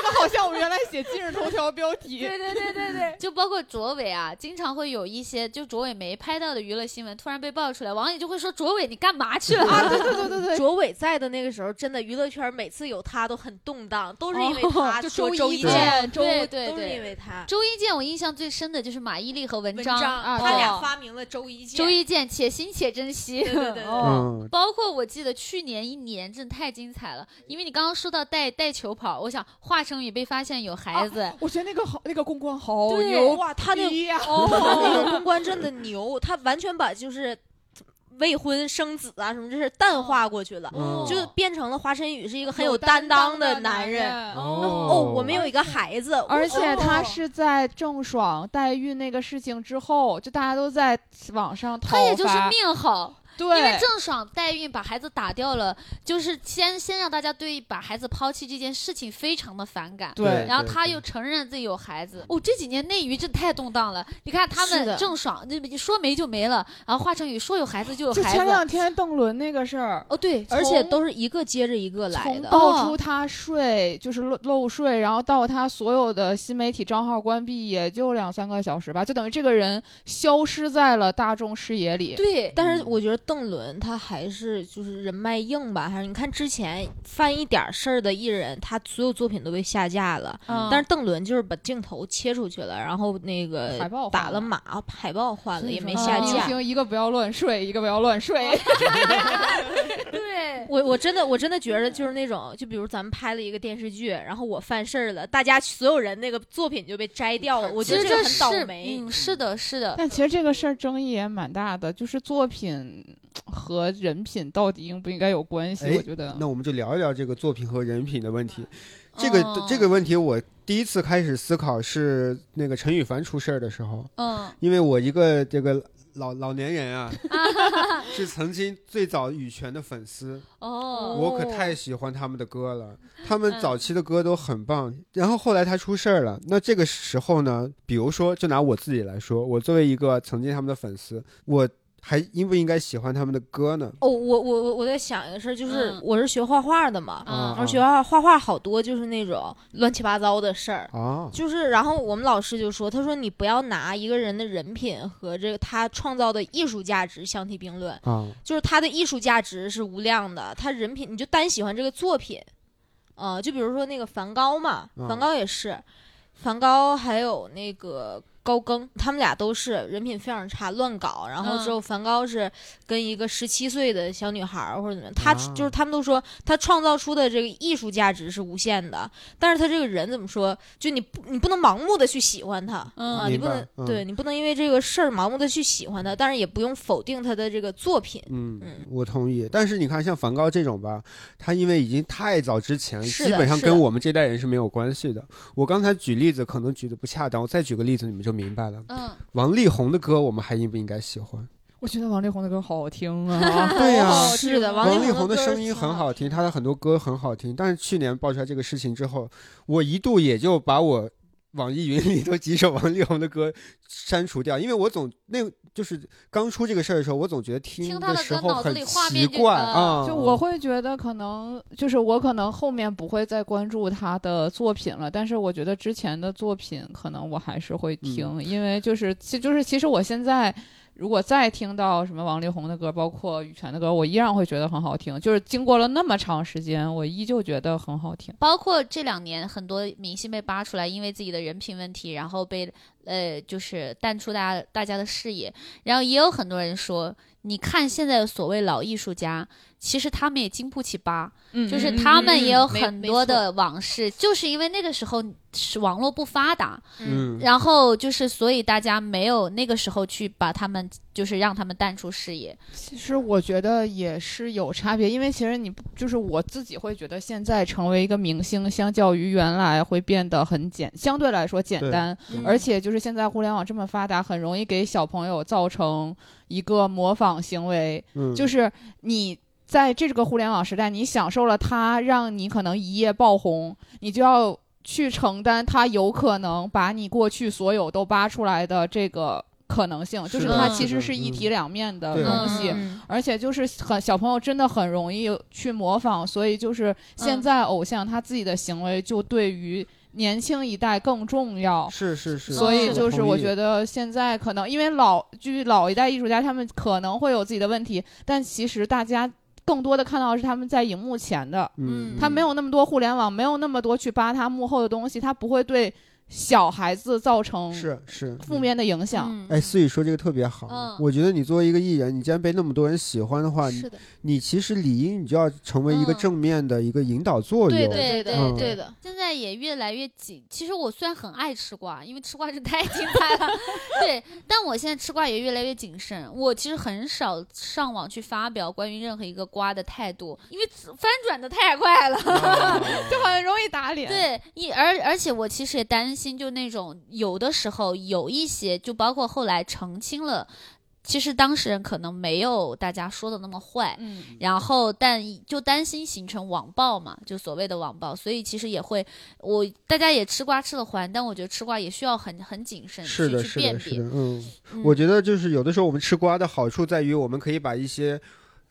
[SPEAKER 3] 个好像我原来写今日头条标题。
[SPEAKER 2] 对对对对，就包括卓伟啊，经常会有一些就卓伟没拍到的娱乐新闻突然被爆出来，网友就会说卓伟你干嘛去 了？
[SPEAKER 3] 啊，对对对对对，
[SPEAKER 5] 卓伟在的那个时候，真的娱乐圈每次有他都很动荡，都是因为他
[SPEAKER 4] 啊
[SPEAKER 3] 就
[SPEAKER 5] 说
[SPEAKER 3] 周
[SPEAKER 5] 周
[SPEAKER 3] 一
[SPEAKER 5] 见，
[SPEAKER 2] 见
[SPEAKER 3] 周
[SPEAKER 2] 对对
[SPEAKER 5] 都是因
[SPEAKER 2] 对。
[SPEAKER 5] 为他。
[SPEAKER 2] 周一见我印象最深的就是马伊琍和文
[SPEAKER 5] 文
[SPEAKER 2] 章，
[SPEAKER 3] 啊
[SPEAKER 5] 他俩
[SPEAKER 2] 哦
[SPEAKER 5] 发明了周一见，
[SPEAKER 2] 周一见且行且珍惜。
[SPEAKER 5] 对对对 对
[SPEAKER 2] 哦。
[SPEAKER 1] 嗯，
[SPEAKER 2] 包括我记得去年一年真的太精彩了，因为你刚刚说到带带球跑，我想华晨宇被发现有孩子，
[SPEAKER 3] 我觉得那个好，那个公关好
[SPEAKER 2] 对
[SPEAKER 3] 牛
[SPEAKER 5] 哇，他那
[SPEAKER 3] 逼呀！啊
[SPEAKER 5] 他那个公关真的牛，他完全把就是未婚生子啊什么这事儿淡化过去了，
[SPEAKER 1] 嗯
[SPEAKER 5] 就
[SPEAKER 4] 哦
[SPEAKER 5] 变成了华晨宇是一个很
[SPEAKER 3] 有
[SPEAKER 5] 担当
[SPEAKER 3] 的
[SPEAKER 5] 男人。
[SPEAKER 3] 人。
[SPEAKER 1] 哦
[SPEAKER 5] 哦，我们有一个孩子，
[SPEAKER 3] 而且他
[SPEAKER 5] 哦
[SPEAKER 3] 是在郑爽代孕那个事情之后，就大家都在网上 讨
[SPEAKER 2] 他也就是
[SPEAKER 3] 伐，
[SPEAKER 2] 命好，因为
[SPEAKER 3] 对，
[SPEAKER 2] 郑爽代孕把孩子打掉了，就是先先让大家对把孩子抛弃这件事情非常的反感。
[SPEAKER 1] 对
[SPEAKER 2] 然后他又承认自己有孩子，哦，这几年内娱真太动荡了。你看他
[SPEAKER 3] 是
[SPEAKER 2] 们
[SPEAKER 3] 的
[SPEAKER 2] 郑爽，那你说没就没了，然后华晨宇说有孩子就有
[SPEAKER 3] 就
[SPEAKER 2] 孩
[SPEAKER 3] 前
[SPEAKER 2] 子，
[SPEAKER 3] 两天邓伦那个事儿，
[SPEAKER 2] 哦对，
[SPEAKER 4] 而且
[SPEAKER 3] 从
[SPEAKER 4] 都是一个接着一个来
[SPEAKER 3] 从
[SPEAKER 4] 的。哦
[SPEAKER 3] 爆出他税就是漏漏税，然后到他所有的新媒体账号关闭，也就两三个小时吧，就等于这个人消失在了大众视野里。
[SPEAKER 2] 对，
[SPEAKER 4] 但是我觉得邓伦他还是就是人脉硬吧，还是你看之前犯一点事儿的艺人，他所有作品都被下架了，
[SPEAKER 2] 嗯
[SPEAKER 4] 但是邓伦就是把镜头切出去了，然后那个
[SPEAKER 3] 海报换
[SPEAKER 4] 打了
[SPEAKER 3] 了
[SPEAKER 4] 码，海报换了也没
[SPEAKER 2] 所以
[SPEAKER 4] 下
[SPEAKER 2] 说
[SPEAKER 3] 明
[SPEAKER 4] 架。
[SPEAKER 3] 星啊一个不要乱睡，一个不要乱睡。
[SPEAKER 2] 对，
[SPEAKER 4] 我我真的我真的觉得就是那种，就比如咱们拍了一个电视剧，然后我犯事儿了，大家所有人那个作品就被摘掉了，我
[SPEAKER 2] 嗯其
[SPEAKER 4] 觉
[SPEAKER 2] 实
[SPEAKER 4] 得这
[SPEAKER 2] 这
[SPEAKER 4] 个很倒
[SPEAKER 2] 是
[SPEAKER 4] 霉。
[SPEAKER 2] 嗯，是的，是的，
[SPEAKER 3] 但其实这个事儿争议也蛮大的，就是作品和人品到底应不应该有关系？
[SPEAKER 1] 哎
[SPEAKER 3] 我觉得
[SPEAKER 1] 那我们就聊一聊这个作品和人品的问题。这个、
[SPEAKER 2] 哦
[SPEAKER 1] 这个问题，我第一次开始思考是那个陈羽凡出事儿的时候，
[SPEAKER 2] 嗯，
[SPEAKER 1] 因为我一个这个老老年人 啊，是曾经最早羽泉的粉丝，
[SPEAKER 2] 哦，
[SPEAKER 1] 我可太喜欢他们的歌 了，他们早期的歌都很棒。然后后来他出事儿了，那这个时候呢，比如说，就拿我自己来说，我作为一个曾经他们的粉丝，我还应不应该喜欢他们的歌呢？
[SPEAKER 4] 哦，我我我我在想一个事儿，就是
[SPEAKER 2] 嗯
[SPEAKER 4] 我是学画画的嘛，
[SPEAKER 2] 啊
[SPEAKER 4] 然后学画画画好多就是那种乱七八糟的事儿。
[SPEAKER 1] 啊，
[SPEAKER 4] 就是，然后我们老师就说：“他说你不要拿一个人的人品和这个他创造的艺术价值相提并论，
[SPEAKER 1] 啊，
[SPEAKER 4] 就是他的艺术价值是无量的，他人品你就单喜欢这个作品，呃，就比如说那个梵高嘛，
[SPEAKER 1] 嗯
[SPEAKER 4] 梵高也是，梵高还有那个高更，他们俩都是人品非常差，乱搞，然后之后梵高是跟一个十七岁的小女孩儿或者怎么样，他
[SPEAKER 1] 啊
[SPEAKER 4] 就是他们都说他创造出的这个艺术价值是无限的，但是他这个人怎么说，就你不你不能盲目的去喜欢他，
[SPEAKER 2] 嗯
[SPEAKER 4] 啊，你不
[SPEAKER 1] 明白嗯
[SPEAKER 4] 能、对你不能因为这个事儿盲目的去喜欢他，但是也不用否定他的这个作品。
[SPEAKER 1] 嗯
[SPEAKER 4] 嗯，
[SPEAKER 1] 我同意。但是你看，像梵高这种吧，他因为已经太早之前，
[SPEAKER 4] 是
[SPEAKER 1] 基
[SPEAKER 4] 的
[SPEAKER 1] 本上
[SPEAKER 4] 是
[SPEAKER 1] 跟
[SPEAKER 4] 的
[SPEAKER 1] 我们这代人是没有关系的。我刚才举例子可能举的不恰当，我再举个例子你们就明白了。
[SPEAKER 2] 嗯，
[SPEAKER 1] 王力宏的歌我们还应不应该喜欢？
[SPEAKER 3] 我觉得王力宏的歌好好听啊，
[SPEAKER 1] 对呀、
[SPEAKER 3] 好
[SPEAKER 4] 是的，
[SPEAKER 1] 王
[SPEAKER 4] 力
[SPEAKER 1] 力宏的
[SPEAKER 4] 的歌
[SPEAKER 1] 声音很好听，他的很多歌很好听。但是去年爆出来这个事情之后，我一度也就把我网易云里头几首王力宏的歌删除掉，因为我总那就是刚出这个事儿的时候，我总觉得
[SPEAKER 2] 听
[SPEAKER 1] 听
[SPEAKER 2] 他的歌
[SPEAKER 1] 时候
[SPEAKER 2] 脑子
[SPEAKER 1] 很
[SPEAKER 2] 里画
[SPEAKER 1] 奇
[SPEAKER 2] 面就
[SPEAKER 1] 怪
[SPEAKER 2] 呃
[SPEAKER 1] 啊。
[SPEAKER 3] 就我会觉得可能就是我可能后面不会再关注他的作品了，但是我觉得之前的作品可能我还是会听，
[SPEAKER 1] 嗯
[SPEAKER 3] 因为就是其就是其实我现在。如果再听到什么王力宏的歌，包括羽泉的歌，我依然会觉得很好听。就是经过了那么长时间，我依旧觉得很好听。
[SPEAKER 2] 包括这两年很多明星被扒出来，因为自己的人品问题，然后被呃就是淡出大家大家的视野。然后也有很多人说，你看现在的所谓老艺术家，其实他们也经不起扒，
[SPEAKER 3] 嗯
[SPEAKER 2] 就是他们也有
[SPEAKER 4] 没
[SPEAKER 2] 很
[SPEAKER 4] 没
[SPEAKER 2] 多
[SPEAKER 4] 错
[SPEAKER 2] 的往事，就是因为那个时候是网络不发达，
[SPEAKER 1] 嗯，
[SPEAKER 2] 然后就是所以大家没有那个时候去把他们就是让他们淡出视野。
[SPEAKER 3] 其实我觉得也是有差别，因为其实你不就是我自己会觉得现在成为一个明星，相较于原来会变得很简，相对来说简
[SPEAKER 1] 对嗯
[SPEAKER 3] 单，而且就是现在互联网这么发达，很容易给小朋友造成一个模仿行为，
[SPEAKER 1] 嗯
[SPEAKER 3] 就是你。在这个互联网时代，你享受了它让你可能一夜爆红，你就要去承担它有可能把你过去所有都扒出来的这个可能性，就是是
[SPEAKER 1] 的
[SPEAKER 3] 它
[SPEAKER 2] 是
[SPEAKER 3] 其实
[SPEAKER 1] 的
[SPEAKER 3] 是一
[SPEAKER 1] 嗯
[SPEAKER 3] 体两面的
[SPEAKER 1] 对
[SPEAKER 3] 东
[SPEAKER 2] 嗯
[SPEAKER 3] 西。
[SPEAKER 2] 嗯
[SPEAKER 3] 而且就是很小朋友真的很容易去模仿，所以就是现在偶像他自己的行为就对于年轻一代更重要。
[SPEAKER 1] 是是是，
[SPEAKER 3] 所
[SPEAKER 2] 嗯
[SPEAKER 3] 以
[SPEAKER 1] 我
[SPEAKER 3] 就是
[SPEAKER 1] 同
[SPEAKER 3] 我
[SPEAKER 1] 意
[SPEAKER 3] 觉得现在可能因为老据老一代艺术家他们可能会有自己的问题，但其实大家更多的看到的是他们在荧幕前的，
[SPEAKER 1] 嗯，
[SPEAKER 2] 嗯
[SPEAKER 3] 他没有那么多互联网，没有那么多去扒他幕后的东西，他不会对小孩子造成
[SPEAKER 1] 嗯是是
[SPEAKER 3] 负。面的影响。
[SPEAKER 1] 嗯
[SPEAKER 2] 嗯
[SPEAKER 1] 哎，思雨说这个特别好，
[SPEAKER 2] 嗯
[SPEAKER 1] 我觉得你作为一个艺人，你既然被那么多人喜欢的话，你
[SPEAKER 2] 是的，
[SPEAKER 1] 你其实理应你就要成为一个
[SPEAKER 2] 嗯
[SPEAKER 1] 正面的一个引导作用。
[SPEAKER 4] 对的，
[SPEAKER 2] 对
[SPEAKER 4] 的，
[SPEAKER 1] 嗯
[SPEAKER 4] 对的。
[SPEAKER 2] 现在也越来越紧。其实我虽然很爱吃瓜，因为吃瓜是太精彩了，对，但我现在吃瓜也越来越谨慎。我其实很少上网去发表关于任何一个瓜的态度，因为翻转的太快了。
[SPEAKER 1] 啊
[SPEAKER 3] 就很容易打脸。
[SPEAKER 2] 对，一而而且我其实也担心，就那种有的时候有一些，就包括后来澄清了，其实当事人可能没有大家说的那么坏，
[SPEAKER 3] 嗯，
[SPEAKER 2] 然后但就担心形成网暴嘛，就所谓的网暴，所以其实也会我大家也吃瓜吃的欢，但我觉得吃瓜也需要很很谨慎
[SPEAKER 1] 是的，
[SPEAKER 2] 去去
[SPEAKER 1] 是的，
[SPEAKER 2] 辨
[SPEAKER 1] 是
[SPEAKER 2] 别
[SPEAKER 1] 的，。嗯，
[SPEAKER 2] 嗯
[SPEAKER 1] 我觉得就是有的时候我们吃瓜的好处在于，我们可以把一些。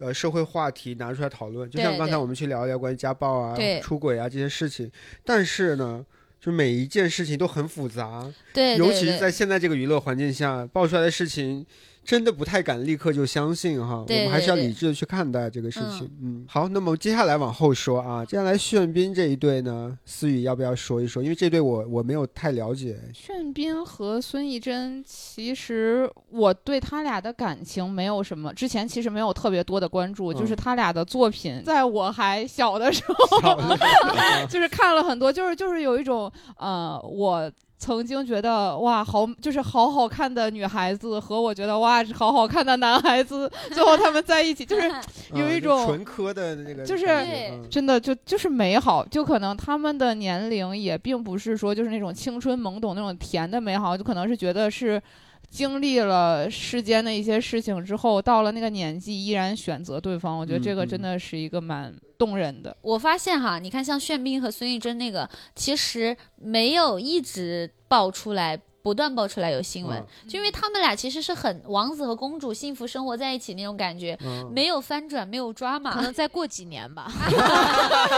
[SPEAKER 1] 呃，社会话题拿出来讨论，就
[SPEAKER 2] 对
[SPEAKER 1] 像刚才
[SPEAKER 2] 对
[SPEAKER 1] 我们去聊一聊关于家暴啊
[SPEAKER 2] 对、
[SPEAKER 1] 出轨啊这些事情，但是呢，就每一件事情都很复杂，
[SPEAKER 2] 对，
[SPEAKER 1] 尤
[SPEAKER 2] 对
[SPEAKER 1] 其
[SPEAKER 2] 对
[SPEAKER 1] 是在现在这个娱乐环境下，爆出来的事情，真的不太敢立刻就相信哈。
[SPEAKER 2] 对
[SPEAKER 1] 我们还是要
[SPEAKER 2] 对对
[SPEAKER 1] 理智的去看待这个事情。嗯，好，那么接下来往后说啊，接下来炫斌这一对呢，思雨要不要说一说？因为这对我我没有太了 解。
[SPEAKER 3] 炫斌和孙艺珍，其实我对他俩的感情没有什么，之前其实没有特别多的关注，
[SPEAKER 1] 嗯
[SPEAKER 3] 就是他俩的作品，在我还小的时
[SPEAKER 1] 好
[SPEAKER 3] 候，
[SPEAKER 1] 的啊
[SPEAKER 3] 就是看了很多，就是就是有一种呃，我曾经觉得哇，好就是好好看的女孩子和我觉得哇好好看的男孩子，最后他们在一 起，就是有
[SPEAKER 1] 嗯
[SPEAKER 3] 一
[SPEAKER 1] 就
[SPEAKER 3] 种
[SPEAKER 1] 纯科的那个感觉，
[SPEAKER 3] 就是
[SPEAKER 1] 嗯
[SPEAKER 3] 真的就就是美好，就可能他们的年龄也并不是说就是那种青春懵懂那种甜的美好，就可能是觉得是经历了世间的一些事情之后，到了那个年纪依然选择对方，我觉得
[SPEAKER 1] 嗯
[SPEAKER 3] 这个
[SPEAKER 1] 嗯
[SPEAKER 3] 真的是一个蛮动人的。
[SPEAKER 2] 我发现哈，你看像炫斌和孙艺珍那个，其实没有一直爆出来，不断爆出来有新闻，
[SPEAKER 1] 嗯
[SPEAKER 2] 就因为他们俩其实是很王子和公主幸福生活在一起那种感觉，
[SPEAKER 1] 嗯
[SPEAKER 2] 没有翻转，没有抓
[SPEAKER 4] 可
[SPEAKER 2] 马。
[SPEAKER 4] 能再过几年吧，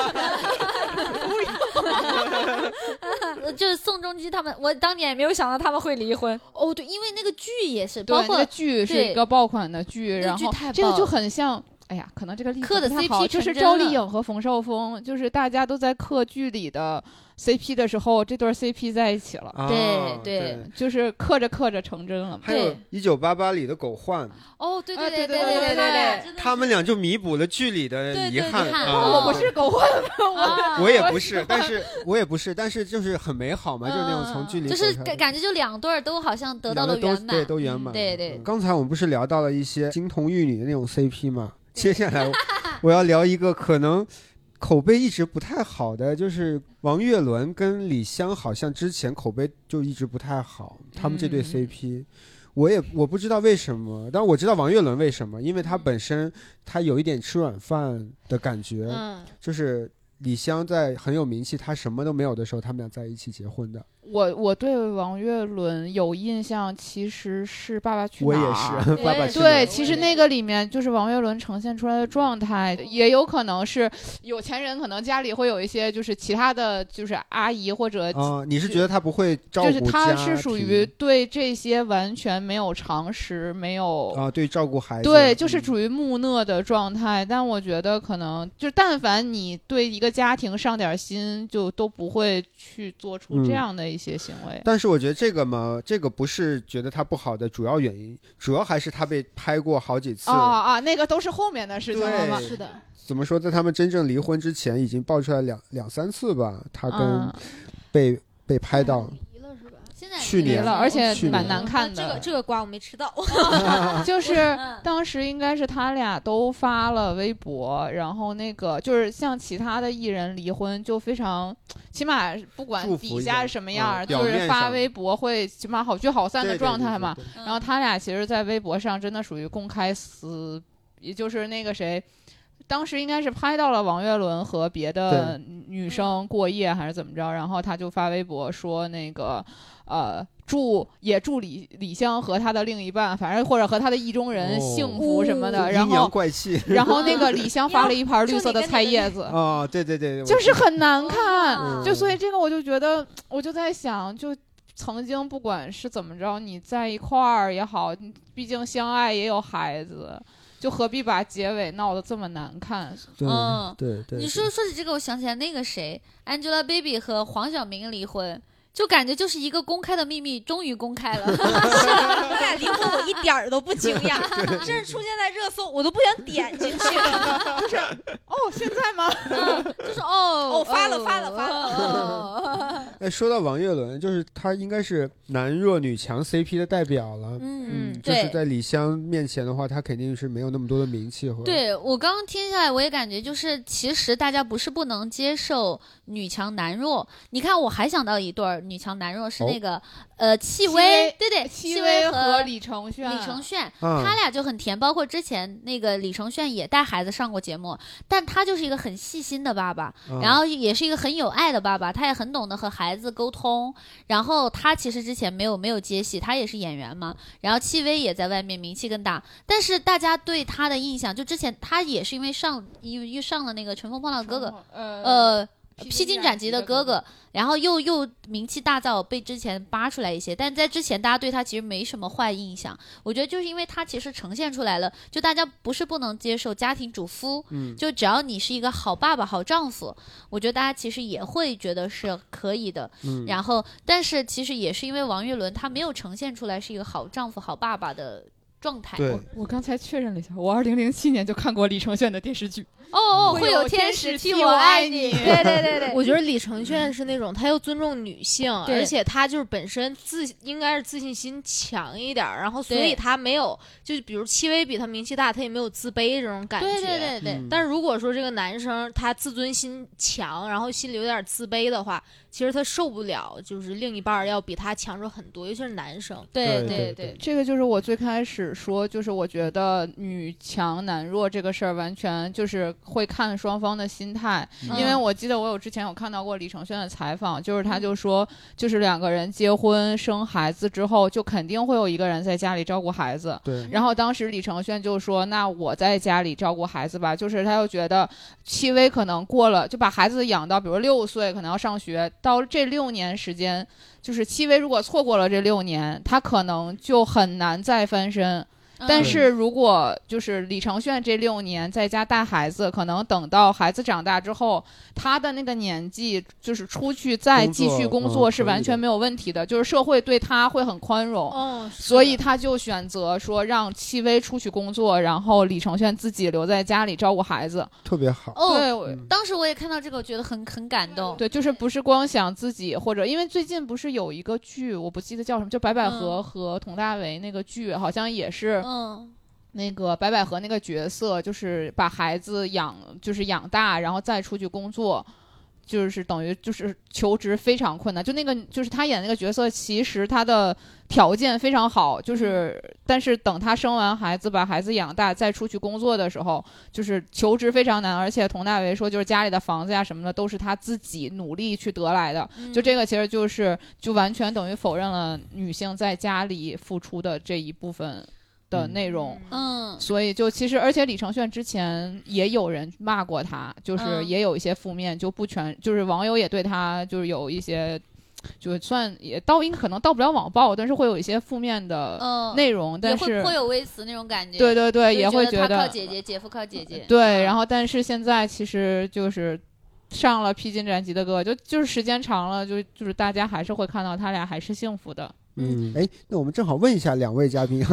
[SPEAKER 1] 嗯
[SPEAKER 2] 就是宋仲基他们，我当年也没有想到他们会离婚。哦，对，因为那个剧也是，
[SPEAKER 3] 对
[SPEAKER 2] 包
[SPEAKER 3] 那个
[SPEAKER 2] 括
[SPEAKER 3] 剧是
[SPEAKER 2] 对
[SPEAKER 3] 一个爆款的剧，
[SPEAKER 2] 那个
[SPEAKER 3] 然
[SPEAKER 2] 剧
[SPEAKER 3] 后
[SPEAKER 2] 太
[SPEAKER 3] 这个
[SPEAKER 2] 爆
[SPEAKER 3] 就
[SPEAKER 2] 了
[SPEAKER 3] 很像。哎呀，可能这个例子
[SPEAKER 2] 刻的
[SPEAKER 3] 不太
[SPEAKER 2] CP
[SPEAKER 3] 好就是
[SPEAKER 2] 成真
[SPEAKER 3] 赵丽
[SPEAKER 2] 了
[SPEAKER 3] 颖和冯绍峰，就是大家都在刻剧里的 CP 的时候，这对儿 CP 在一起了。
[SPEAKER 1] 啊
[SPEAKER 2] 对
[SPEAKER 1] 对
[SPEAKER 2] 对。
[SPEAKER 3] 就是刻着刻着成真了嘛。
[SPEAKER 1] 还有
[SPEAKER 2] 对
[SPEAKER 1] 一九八八里的狗焕，
[SPEAKER 2] 哦，对
[SPEAKER 3] 啊
[SPEAKER 2] 对
[SPEAKER 3] 对对
[SPEAKER 2] 对
[SPEAKER 3] 对
[SPEAKER 2] 对
[SPEAKER 3] 对，
[SPEAKER 2] 真的
[SPEAKER 1] 他们俩就弥补了剧里的
[SPEAKER 2] 对
[SPEAKER 1] 遗
[SPEAKER 2] 对
[SPEAKER 1] 憾。
[SPEAKER 2] 遗憾
[SPEAKER 1] 啊
[SPEAKER 2] 哦
[SPEAKER 3] 我不是狗混，我
[SPEAKER 2] 啊
[SPEAKER 1] 我也不是，但是我也不是，但是就是很美好嘛，就是那种从剧里
[SPEAKER 2] 嗯就是
[SPEAKER 1] 走出来的
[SPEAKER 2] 感感觉就两对儿都好像得到
[SPEAKER 1] 两
[SPEAKER 2] 了
[SPEAKER 1] 个都
[SPEAKER 2] 圆满
[SPEAKER 1] 对，。都圆满
[SPEAKER 2] 嗯
[SPEAKER 1] 了。嗯
[SPEAKER 2] 对对
[SPEAKER 1] 刚才我们不是聊到了一些金童玉女的那种 CP 嘛？接下 来我我要聊一个可能口碑一直不太好的，就是王岳伦跟李湘，好像之前口碑就一直不太好，他们这对
[SPEAKER 3] 嗯
[SPEAKER 1] CP。我也我不知道为什么，但我知道王岳伦为什么，因为
[SPEAKER 2] 嗯
[SPEAKER 1] 他本身他有一点吃软饭的感觉，
[SPEAKER 4] 嗯，
[SPEAKER 1] 就是李湘在很有名气，她什么都没有的时候，他们俩在一起结婚的。
[SPEAKER 3] 我我对王岳伦有印象，其实是《爸爸去
[SPEAKER 1] 我
[SPEAKER 3] 哪
[SPEAKER 1] 也
[SPEAKER 3] 儿》。啊
[SPEAKER 1] 是，
[SPEAKER 2] 对
[SPEAKER 1] 爸爸去哪
[SPEAKER 3] 对，
[SPEAKER 1] 儿
[SPEAKER 3] 其实那个里面就是王岳伦呈现出来的状态，也有可能是有钱人，可能家里会有一些就是其他的就是阿姨或者
[SPEAKER 1] 啊，你是觉得他不会照顾
[SPEAKER 3] 就是他
[SPEAKER 1] 家
[SPEAKER 3] 是属
[SPEAKER 1] 庭
[SPEAKER 3] 于对这些完全没有常识，没有
[SPEAKER 1] 啊，对照顾孩子，
[SPEAKER 3] 对，就是
[SPEAKER 1] 于
[SPEAKER 3] 处于木讷的状态。但我觉得可能就但凡你对一个家庭上点心，就都不会去做出
[SPEAKER 1] 嗯
[SPEAKER 3] 这样的一些行为。
[SPEAKER 1] 但是我觉得这个嘛，这个不是觉得他不好的主要原因，主要还是他被拍过好几次。
[SPEAKER 3] 啊啊，那个都是后面的事情了嘛。
[SPEAKER 1] 对
[SPEAKER 4] 是的，
[SPEAKER 1] 怎么说，在他们真正离婚之前，已经爆出来两两三次吧，他跟
[SPEAKER 3] 嗯，
[SPEAKER 1] 被、被拍到。
[SPEAKER 4] 离了是吧？
[SPEAKER 2] 现在
[SPEAKER 1] 去
[SPEAKER 3] 离
[SPEAKER 1] 年
[SPEAKER 3] 了，而且
[SPEAKER 1] 去
[SPEAKER 3] 蛮
[SPEAKER 1] 年
[SPEAKER 3] 难看
[SPEAKER 5] 嗯这个
[SPEAKER 3] 的。
[SPEAKER 5] 这个瓜我没吃 到，
[SPEAKER 3] 就是
[SPEAKER 2] 嗯
[SPEAKER 3] 当时应该是他俩都发了微博，然后那个就是像其他的艺人离婚就非常，起码不管
[SPEAKER 1] 祝福
[SPEAKER 3] 底
[SPEAKER 1] 一
[SPEAKER 3] 下
[SPEAKER 1] 下
[SPEAKER 3] 是什么
[SPEAKER 1] 嗯
[SPEAKER 3] 样儿，
[SPEAKER 1] 表
[SPEAKER 3] 就是
[SPEAKER 1] 面
[SPEAKER 3] 发
[SPEAKER 1] 上
[SPEAKER 3] 微博会起码好聚好散的
[SPEAKER 1] 对
[SPEAKER 3] 状态嘛。，
[SPEAKER 1] 对对
[SPEAKER 2] 嗯
[SPEAKER 1] 对对
[SPEAKER 3] 然后他俩其实，在微博上真的属于公开撕，也就是那个谁，当时应该是拍到了王岳伦和别的女生过夜还是怎么着，然后他就发微博说那个，呃，祝也祝李李湘和他的另一半，反正或者和他的意中人
[SPEAKER 1] 哦
[SPEAKER 3] 幸福什么的。然
[SPEAKER 1] 阴阳
[SPEAKER 3] 后，
[SPEAKER 1] 怪 气
[SPEAKER 3] 然后那个李湘发了一盘绿色的菜叶 子，
[SPEAKER 1] 哦，对对对，我
[SPEAKER 3] 就是很难看。
[SPEAKER 2] 哦
[SPEAKER 1] 嗯
[SPEAKER 3] 就所以这个我就觉得，我就在想，就曾经不管是怎么着，你在一块儿也好，你毕竟相爱也有孩子，就何必把结尾闹得这么难看？
[SPEAKER 1] 对
[SPEAKER 2] 嗯
[SPEAKER 1] 对对，
[SPEAKER 2] 你
[SPEAKER 1] 对
[SPEAKER 2] 说说起这个，我想起来那个谁，Angelababy 和黄晓明离婚，就感觉就是一个公开的秘密，终于公开了。
[SPEAKER 5] 你俩离婚，我一点儿都不惊讶，甚至出现在热搜，我都不想点进去。
[SPEAKER 3] 哦，现在吗？
[SPEAKER 2] 就是哦，
[SPEAKER 5] 哦发了发了发了
[SPEAKER 2] 了。
[SPEAKER 1] 哎，说到王岳伦，就是他应该是男弱女强 CP 的代表了。
[SPEAKER 2] 嗯，
[SPEAKER 1] 就是
[SPEAKER 2] 对。
[SPEAKER 1] 在李湘面前的话，他肯定是没有那么多的名气和。
[SPEAKER 2] 对我刚刚听下来，我也感觉就是，其实大家不是不能接受女强男弱。你看，我还想到一对儿女强男弱是
[SPEAKER 1] 哦
[SPEAKER 2] 那个、呃，戚
[SPEAKER 3] 戚
[SPEAKER 2] 薇
[SPEAKER 3] 薇，
[SPEAKER 2] 对对，戚
[SPEAKER 3] 戚薇
[SPEAKER 2] 和
[SPEAKER 3] 和李承铉，
[SPEAKER 2] 李承铉，
[SPEAKER 1] 啊，
[SPEAKER 2] 他俩就很甜，包括之前那个李承铉也带孩子上过节目，但他就是一个很细心的爸爸，
[SPEAKER 1] 啊
[SPEAKER 2] 然后也是一个很有爱的爸爸，他也很懂得和孩子沟通。然后他其实之前没有没有接戏，他也是演员嘛。然后戚薇也在外面名气更大，但是大家对他的印象，就之前他也是因为上因为因为上了那个《乘风破浪的哥哥》，
[SPEAKER 3] 呃
[SPEAKER 2] 呃，披荆斩棘的哥哥，然后又又名气大噪，被之前扒出来一些，但在之前大家对他其实没什么坏印象。我觉得就是因为他其实呈现出来了，就大家不是不能接受家庭主夫，
[SPEAKER 1] 嗯，
[SPEAKER 2] 就只要你是一个好爸爸、好丈夫，我觉得大家其实也会觉得是可以的。
[SPEAKER 1] 嗯
[SPEAKER 2] 然后，但是其实也是因为王岳伦他没有呈现出来是一个好丈夫、好爸爸的状态。
[SPEAKER 1] 对
[SPEAKER 2] 哦
[SPEAKER 3] 我刚才确认了一下，我二零零七年就看过李承铉的电视剧，
[SPEAKER 2] 哦，
[SPEAKER 3] 会
[SPEAKER 2] 会
[SPEAKER 3] 有
[SPEAKER 2] 有天
[SPEAKER 3] 天
[SPEAKER 2] 使
[SPEAKER 3] 使
[SPEAKER 2] 替
[SPEAKER 3] 替
[SPEAKER 2] 我
[SPEAKER 3] 我
[SPEAKER 2] 爱
[SPEAKER 3] 爱
[SPEAKER 2] 你。
[SPEAKER 3] 你
[SPEAKER 2] 对对对对，
[SPEAKER 4] 我觉得李承铉是那种他又尊重女性，
[SPEAKER 2] 对
[SPEAKER 4] 而且他就是本身自应该是自信心强一点儿，然后所
[SPEAKER 2] 对
[SPEAKER 4] 以他没有就是比如戚薇比他名气大，他也没有自卑这种感觉。
[SPEAKER 2] 对对对 对。
[SPEAKER 1] 嗯
[SPEAKER 4] 但是如果说这个男生他自尊心强，然后心里有点自卑的话，其实他受不了，就是另一半儿要比他强着很多，尤其是男生。
[SPEAKER 2] 对
[SPEAKER 1] 对对
[SPEAKER 2] 对，
[SPEAKER 3] 这个就是我最开始说，就是我觉得女强男弱这个事儿，完全就是会看双方的心态。
[SPEAKER 1] 嗯
[SPEAKER 3] 因为我记得我有之前有看到过李承铉的采访，就是他就说，就是两个人结婚生孩子之后，就肯定会有一个人在家里照顾孩子。
[SPEAKER 1] 对，
[SPEAKER 3] 然后当时李承铉就说：“那我在家里照顾孩子吧。”就是他又觉得戚薇可能过了就把孩子养到，比如六岁可能要上学，到这六年时间，就是戚薇如果错过了这六年，她可能就很难再翻身。但
[SPEAKER 2] 嗯
[SPEAKER 3] 是如果就是李承铉这六年在家带孩子，可能等到孩子长大之后，他的那个年纪就是出去再继续
[SPEAKER 1] 工作
[SPEAKER 3] 工
[SPEAKER 1] 嗯
[SPEAKER 3] 作是
[SPEAKER 1] 可以
[SPEAKER 3] 完全
[SPEAKER 1] 的
[SPEAKER 3] 没有问题的，就是社会对他会很宽容。
[SPEAKER 4] 哦，
[SPEAKER 3] 所以他就选择说让戚薇出去工作，然后李承铉自己留在家里照顾孩子。
[SPEAKER 1] 特别好。
[SPEAKER 2] 哦，
[SPEAKER 3] 对我
[SPEAKER 1] 嗯
[SPEAKER 2] 当时我也看到这个，我觉得很很感动。
[SPEAKER 3] 对，就是不是光想自己，或者因为最近不是有一个剧，我不记得叫什么，就白百合和佟大为那个剧，好像也是
[SPEAKER 2] 嗯，
[SPEAKER 3] 那个白百合那个角色，就是把孩子养，就是养大，然后再出去工作。就是等于就是求职非常困难，就那个就是他演那个角色，其实他的条件非常好，就是但是等他生完孩子把孩子养大再出去工作的时候，就是求职非常难，而且佟大为说就是家里的房子呀、什么的都是他自己努力去得来的，就这个其实就是就完全等于否认了女性在家里付出的这一部分的内容。
[SPEAKER 2] 嗯，
[SPEAKER 3] 所以就其实，而且李承铉之前也有人骂过他，就是
[SPEAKER 2] 嗯
[SPEAKER 3] 也有一些负面，就不全，就是网友也对他就是有一些，就算也到应可能到不了网暴，但是会有一些负面的
[SPEAKER 2] 嗯，
[SPEAKER 3] 内容，
[SPEAKER 2] 也
[SPEAKER 3] 但
[SPEAKER 2] 会
[SPEAKER 3] 是
[SPEAKER 2] 颇有微词那种感觉。
[SPEAKER 3] 对对对，
[SPEAKER 2] 就
[SPEAKER 3] 也会
[SPEAKER 2] 他
[SPEAKER 3] 觉
[SPEAKER 2] 靠嗯
[SPEAKER 3] 得
[SPEAKER 2] 姐姐，姐夫靠姐姐。
[SPEAKER 3] 对，然后但是现在其实就是。上了披荆斩棘的歌，就就是时间长了，就就是大家还是会看到他俩还是幸福的。
[SPEAKER 1] 嗯，哎，那我们正好问一下两位嘉宾，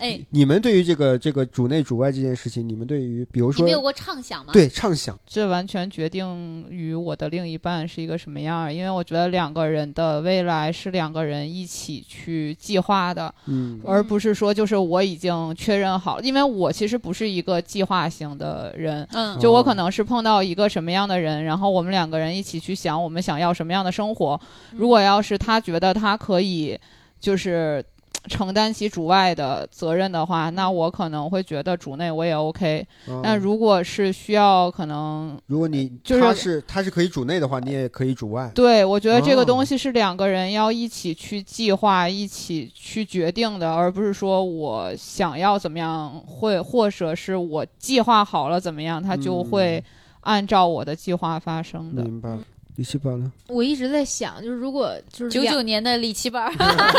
[SPEAKER 2] 哎，
[SPEAKER 1] 你们对于这个这个主内主外这件事情，你们对于比如
[SPEAKER 2] 你
[SPEAKER 1] 说
[SPEAKER 2] 们有过畅想吗？，
[SPEAKER 1] 对畅想，
[SPEAKER 3] 这完全决定于我的另一半是一个什么样儿，因为我觉得两个人的未来是两个人一起去计划的，
[SPEAKER 1] 嗯
[SPEAKER 3] 而不是说就是我已经确认好了，因为我其实不是一个计划型的人。
[SPEAKER 2] 嗯
[SPEAKER 3] 就我可能是碰到一个什么样的人，然后我们两个人一起去想我们想要什么样的生活。如果要是他觉得他可以，就是承担起主外的责任的话，那我可能会觉得主内我也 OK。但
[SPEAKER 1] 嗯
[SPEAKER 3] 如果是需要可能
[SPEAKER 1] 啊如果你
[SPEAKER 3] 就是
[SPEAKER 1] 他是他是可以主内的话，你也可以主外。
[SPEAKER 3] 对，我觉得这
[SPEAKER 1] 哦
[SPEAKER 3] 个东西是两个人要一起去计划、一起去决定的，而不是说我想要怎么样，会或者是我计划好了怎么样，他就会按照我的计划发生的。
[SPEAKER 1] 嗯明白
[SPEAKER 2] 嗯
[SPEAKER 1] 了，第七版了，
[SPEAKER 4] 我一直在想，就是如果就是
[SPEAKER 2] 九
[SPEAKER 4] 两
[SPEAKER 2] 九年的李奇班 儿，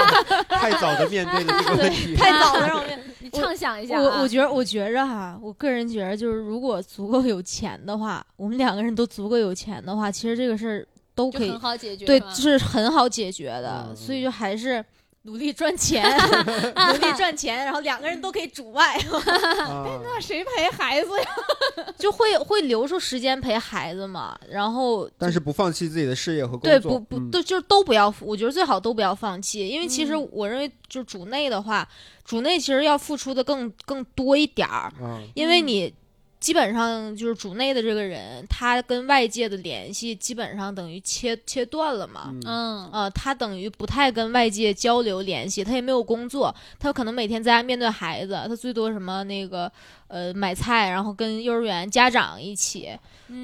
[SPEAKER 1] 太早的面对了这个问题。
[SPEAKER 5] 太
[SPEAKER 2] 啊
[SPEAKER 5] 早了，让我们
[SPEAKER 2] 你畅想一下、啊，
[SPEAKER 4] 我我觉得，我觉着哈，我个人觉着，就是如果足够有钱的话，我们两个人都足够有钱的话，其实这个事儿都
[SPEAKER 2] 就
[SPEAKER 4] 可以
[SPEAKER 2] 很，好解决，
[SPEAKER 4] 对
[SPEAKER 2] 是，吗
[SPEAKER 4] 是很好解决的。
[SPEAKER 1] 嗯
[SPEAKER 4] 所以就还是努力 赚钱，
[SPEAKER 5] 努力赚钱，然后两个人都可以主外。
[SPEAKER 1] 啊
[SPEAKER 3] 那谁陪孩子呀？
[SPEAKER 4] 就会会留出时间陪孩子嘛。然后
[SPEAKER 1] 但是不放弃自己的事业和工
[SPEAKER 4] 对
[SPEAKER 1] 作。
[SPEAKER 4] 不不
[SPEAKER 1] 嗯
[SPEAKER 4] 都就是都不要，我觉得最好都不要放弃，因为其实我认为就主内的话，主内其实要付出的更更多一点儿，
[SPEAKER 1] 啊，
[SPEAKER 4] 因为
[SPEAKER 2] 嗯
[SPEAKER 4] 你基本上就是主内的这个人，他跟外界的联系基本上等于切切断了嘛。
[SPEAKER 1] 嗯
[SPEAKER 2] 嗯，
[SPEAKER 4] 呃，他等于不太跟外界交流联系，他也没有工作，他可能每天在家面对孩子，他最多什么那个呃买菜，然后跟幼儿园家长一起。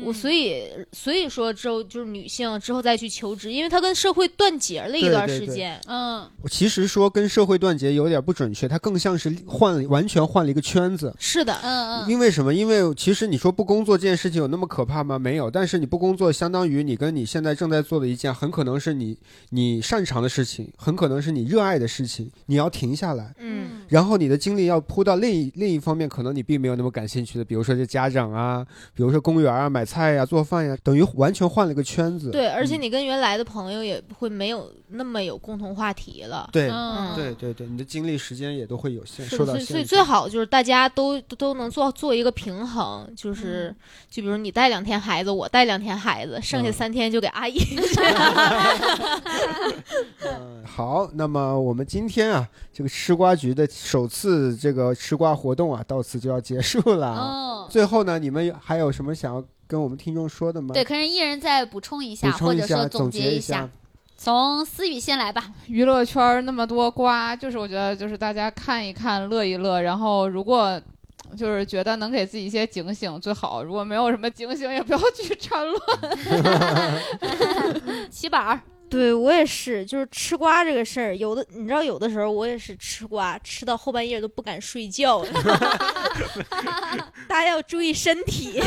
[SPEAKER 4] 我所
[SPEAKER 2] 以
[SPEAKER 4] 以所以说之后就是女性之后再去求职，因为她跟社会断节了一
[SPEAKER 1] 对
[SPEAKER 4] 段
[SPEAKER 1] 对
[SPEAKER 4] 时
[SPEAKER 1] 对
[SPEAKER 4] 间。
[SPEAKER 2] 嗯，
[SPEAKER 1] 我其实说跟社会断节有点不准确，它更像是换了完全换了一个圈子。
[SPEAKER 4] 是的，
[SPEAKER 2] 嗯嗯，
[SPEAKER 1] 因为什么？因为其实你说不工作这件事情有那么可怕吗？没有，但是你不工作，相当于你跟你现在正在做的一件很可能是你你擅长的事情，很可能是你热爱的事情，你要停下来，
[SPEAKER 4] 嗯，
[SPEAKER 1] 然后你的精力要扑到另一另一方面，可能你并没有那么感兴趣的，比如说这家长啊，比如说公园啊、买菜呀、做饭呀、等于完全换了一个圈子。
[SPEAKER 4] 对，而且
[SPEAKER 1] 嗯
[SPEAKER 4] 你跟原来的朋友也会没有那么有共同话题了。
[SPEAKER 1] 对、
[SPEAKER 2] 嗯
[SPEAKER 1] 对对对，你的精力时间也都会有限，
[SPEAKER 4] 是
[SPEAKER 1] 受到
[SPEAKER 4] 的，所以所以
[SPEAKER 1] 限
[SPEAKER 4] 最
[SPEAKER 1] 制。
[SPEAKER 4] 好就是大家都都都能做做一个平衡，就是、就比如你带两天孩子，我带两天孩子，剩下
[SPEAKER 1] 嗯
[SPEAKER 4] 三天就给阿姨。
[SPEAKER 1] 嗯，好，那么我们今天啊，这个吃瓜局的首次这个吃瓜活动啊，到此就要结束了啊。
[SPEAKER 2] 哦。
[SPEAKER 1] 最后呢，你们有还有什么想要跟我们听众说的吗？
[SPEAKER 2] 对，，可是一人再补充一
[SPEAKER 1] 补
[SPEAKER 2] 下，
[SPEAKER 1] 充
[SPEAKER 2] 或
[SPEAKER 1] 一
[SPEAKER 2] 者说
[SPEAKER 1] 下，总
[SPEAKER 2] 结
[SPEAKER 1] 一
[SPEAKER 2] 下。。从思雨先来吧，
[SPEAKER 3] 娱乐圈儿那么多瓜，就是我觉得就是大家看一看，乐一乐，然后如果。就是觉得能给自己一些警醒最好，如果没有什么警醒，也不要去 掺乱。
[SPEAKER 2] 七宝儿，
[SPEAKER 5] 对我也是，就是吃瓜这个事儿，有的你知道，有的时候我也是吃瓜，吃到后半夜都不敢睡觉了。 大家要注意身体。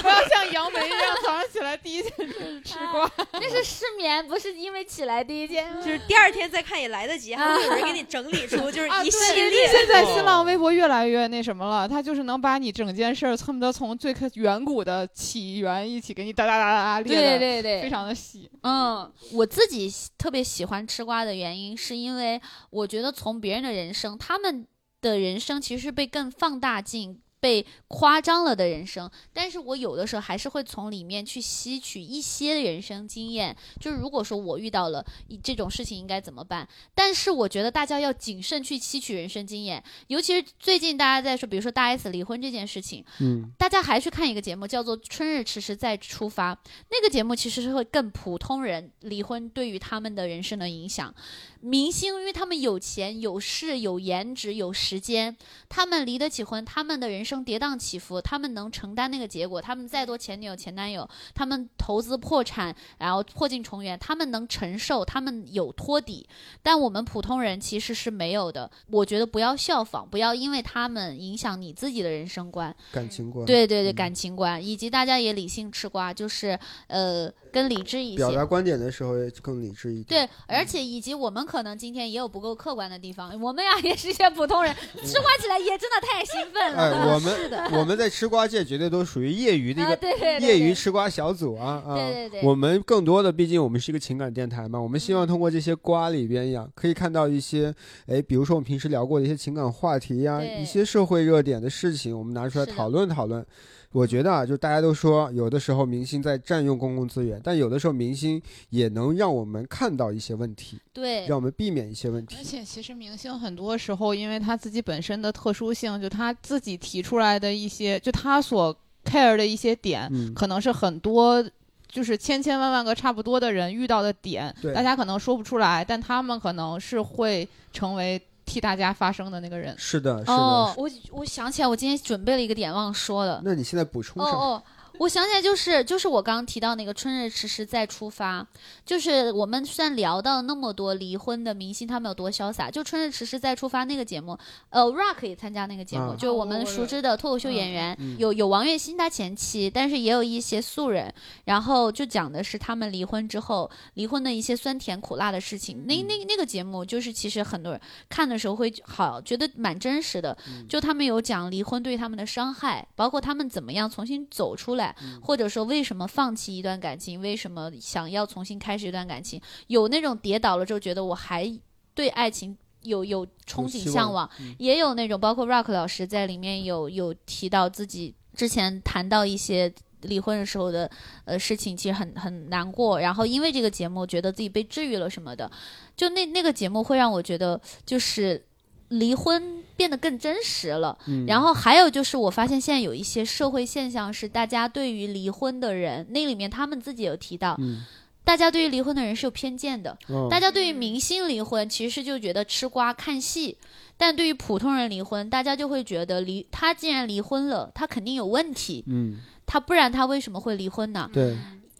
[SPEAKER 3] 不要像杨梅一样，早上起来第一件事吃瓜。
[SPEAKER 2] 那是失眠，不是因为起来第一件。
[SPEAKER 5] 就是第二天再看也来得及，还会有人给你整理出就是
[SPEAKER 3] 啊，
[SPEAKER 5] 一 系
[SPEAKER 3] 对，
[SPEAKER 5] 列。
[SPEAKER 3] 现在新浪微博越来越那什么了，它就是能把你整件事儿恨不得从最开远古的起源一起给你哒哒哒哒哒列
[SPEAKER 2] 对
[SPEAKER 3] 的
[SPEAKER 2] 对对，
[SPEAKER 3] 非常的细。
[SPEAKER 2] 嗯，我自己喜特别喜欢吃瓜的原因，是因为我觉得从别人的人生，他们的人生其实是被更放大镜、被夸张了的人生，但是我有的时候还是会从里面去吸取一些人生经验。就是如果说我遇到了一这种事情，应该怎么办？但是我觉得大家要谨慎去吸取人生经验，尤其是最近大家在说，比如说大 S 离婚这件事情，
[SPEAKER 1] 嗯，
[SPEAKER 2] 大家还去看一个节目，叫做《春日迟迟再出发》。那个节目其实是会更普通人离婚对于他们的人生的影响。明星因为他们有钱、有势、有颜值、有时间，他们离得起婚，他们的人生跌宕起伏，他们能承担那个结果。他们再多前女友、前男友，他们投资破产，然后破镜重圆，他们能承受，他们有托底。但我们普通人其实是没有的。我觉得不要效仿，不要因为他们影响你自己的人生观。
[SPEAKER 1] 感情观。，
[SPEAKER 2] 对对对，
[SPEAKER 1] 嗯
[SPEAKER 2] 感情观，以及大家也理性吃瓜，就是呃，更理智一
[SPEAKER 1] 表
[SPEAKER 2] 些。
[SPEAKER 1] 达嗯观点的时候也更理智一点。
[SPEAKER 2] 对，而且以及我们可能今天也有不够客观的地方，我们俩也是一些普通人，吃瓜起来也真的太兴奋
[SPEAKER 1] 嗯哎，
[SPEAKER 2] 了。
[SPEAKER 1] 我们我们在吃瓜界绝对都属于业余的一
[SPEAKER 2] 啊，
[SPEAKER 1] 个
[SPEAKER 2] 对对对，
[SPEAKER 1] 业余
[SPEAKER 2] 对
[SPEAKER 1] 吃瓜小组啊啊！
[SPEAKER 2] 对对对嗯
[SPEAKER 1] 我们更多的，毕竟我们是一个情感电台嘛，我们希望通过这些瓜里边呀，可以看到一些，哎，比如说我们平时聊过的一些情感话题呀，
[SPEAKER 2] 对
[SPEAKER 1] 一些社会热点的事情，我们拿出来
[SPEAKER 2] 是的
[SPEAKER 1] 讨论讨论。我觉得啊，就大家都说，有的时候明星在占用公共资源，但有的时候明星也能让我们看到一些问题，
[SPEAKER 2] 对
[SPEAKER 1] 让我们避免一些问题
[SPEAKER 3] 而。且其实明星很多时候，因为他自己本身的特殊性，就他自己提出来的一些，就他所 care 的一些点，
[SPEAKER 1] 嗯，
[SPEAKER 3] 可能是很多。就是千千万万个差不多的人遇到的点
[SPEAKER 1] 对，
[SPEAKER 3] 大家可能说不出来，但他们可能是会成为替大家发声的那个人。
[SPEAKER 1] 是的，是的。
[SPEAKER 2] 哦，我我想起来，我今天准备了一个点忘说了。
[SPEAKER 1] 那你现在补充
[SPEAKER 2] 哦
[SPEAKER 1] 什么？
[SPEAKER 2] 哦，我想起来，就是就是我刚刚提到那个春日迟迟再出发，就是我们虽然聊到那么多离婚的明星他们有多潇洒，就春日迟迟再出发那个节目，呃，Rock 也参加那个节目，
[SPEAKER 1] 啊
[SPEAKER 2] 就是我们熟知的脱口秀演员，
[SPEAKER 1] 嗯
[SPEAKER 2] 有有王栎鑫他前妻，但是也有一些素人，然后就讲的是他们离婚之后离婚的一些酸甜苦辣的事情。那
[SPEAKER 1] 嗯
[SPEAKER 2] 那那个节目就是其实很多人看的时候会好觉得蛮真实的，
[SPEAKER 1] 嗯
[SPEAKER 2] 就他们有讲离婚对他们的伤害，包括他们怎么样重新走出来，
[SPEAKER 1] 嗯
[SPEAKER 2] 或者说为什么放弃一段感情，为什么想要重新开始一段感情，有那种跌倒了之后觉得我还对爱情有有憧
[SPEAKER 1] 希
[SPEAKER 2] 憬
[SPEAKER 1] 望
[SPEAKER 2] 向往，
[SPEAKER 1] 嗯
[SPEAKER 2] 也有那种包括 Rock 老师在里面有有提到自己之前谈到一些。离婚的时候的呃事情其实很很难过，然后因为这个节目觉得自己被治愈了什么的，就那那个节目会让我觉得就是离婚变得更真实了，
[SPEAKER 1] 嗯
[SPEAKER 2] 然后还有就是，我发现现在有一些社会现象是，大家对于离婚的人，那里面他们自己有提到，
[SPEAKER 1] 嗯，
[SPEAKER 2] 大家对于离婚的人是有偏见的。
[SPEAKER 1] 哦
[SPEAKER 2] 大家对于明星离婚其实就觉得吃瓜看戏，但对于普通人离婚，大家就会觉得离他既然离婚了，他肯定有问题，
[SPEAKER 1] 嗯，
[SPEAKER 2] 他不然他为什么会离婚呢？
[SPEAKER 1] 对，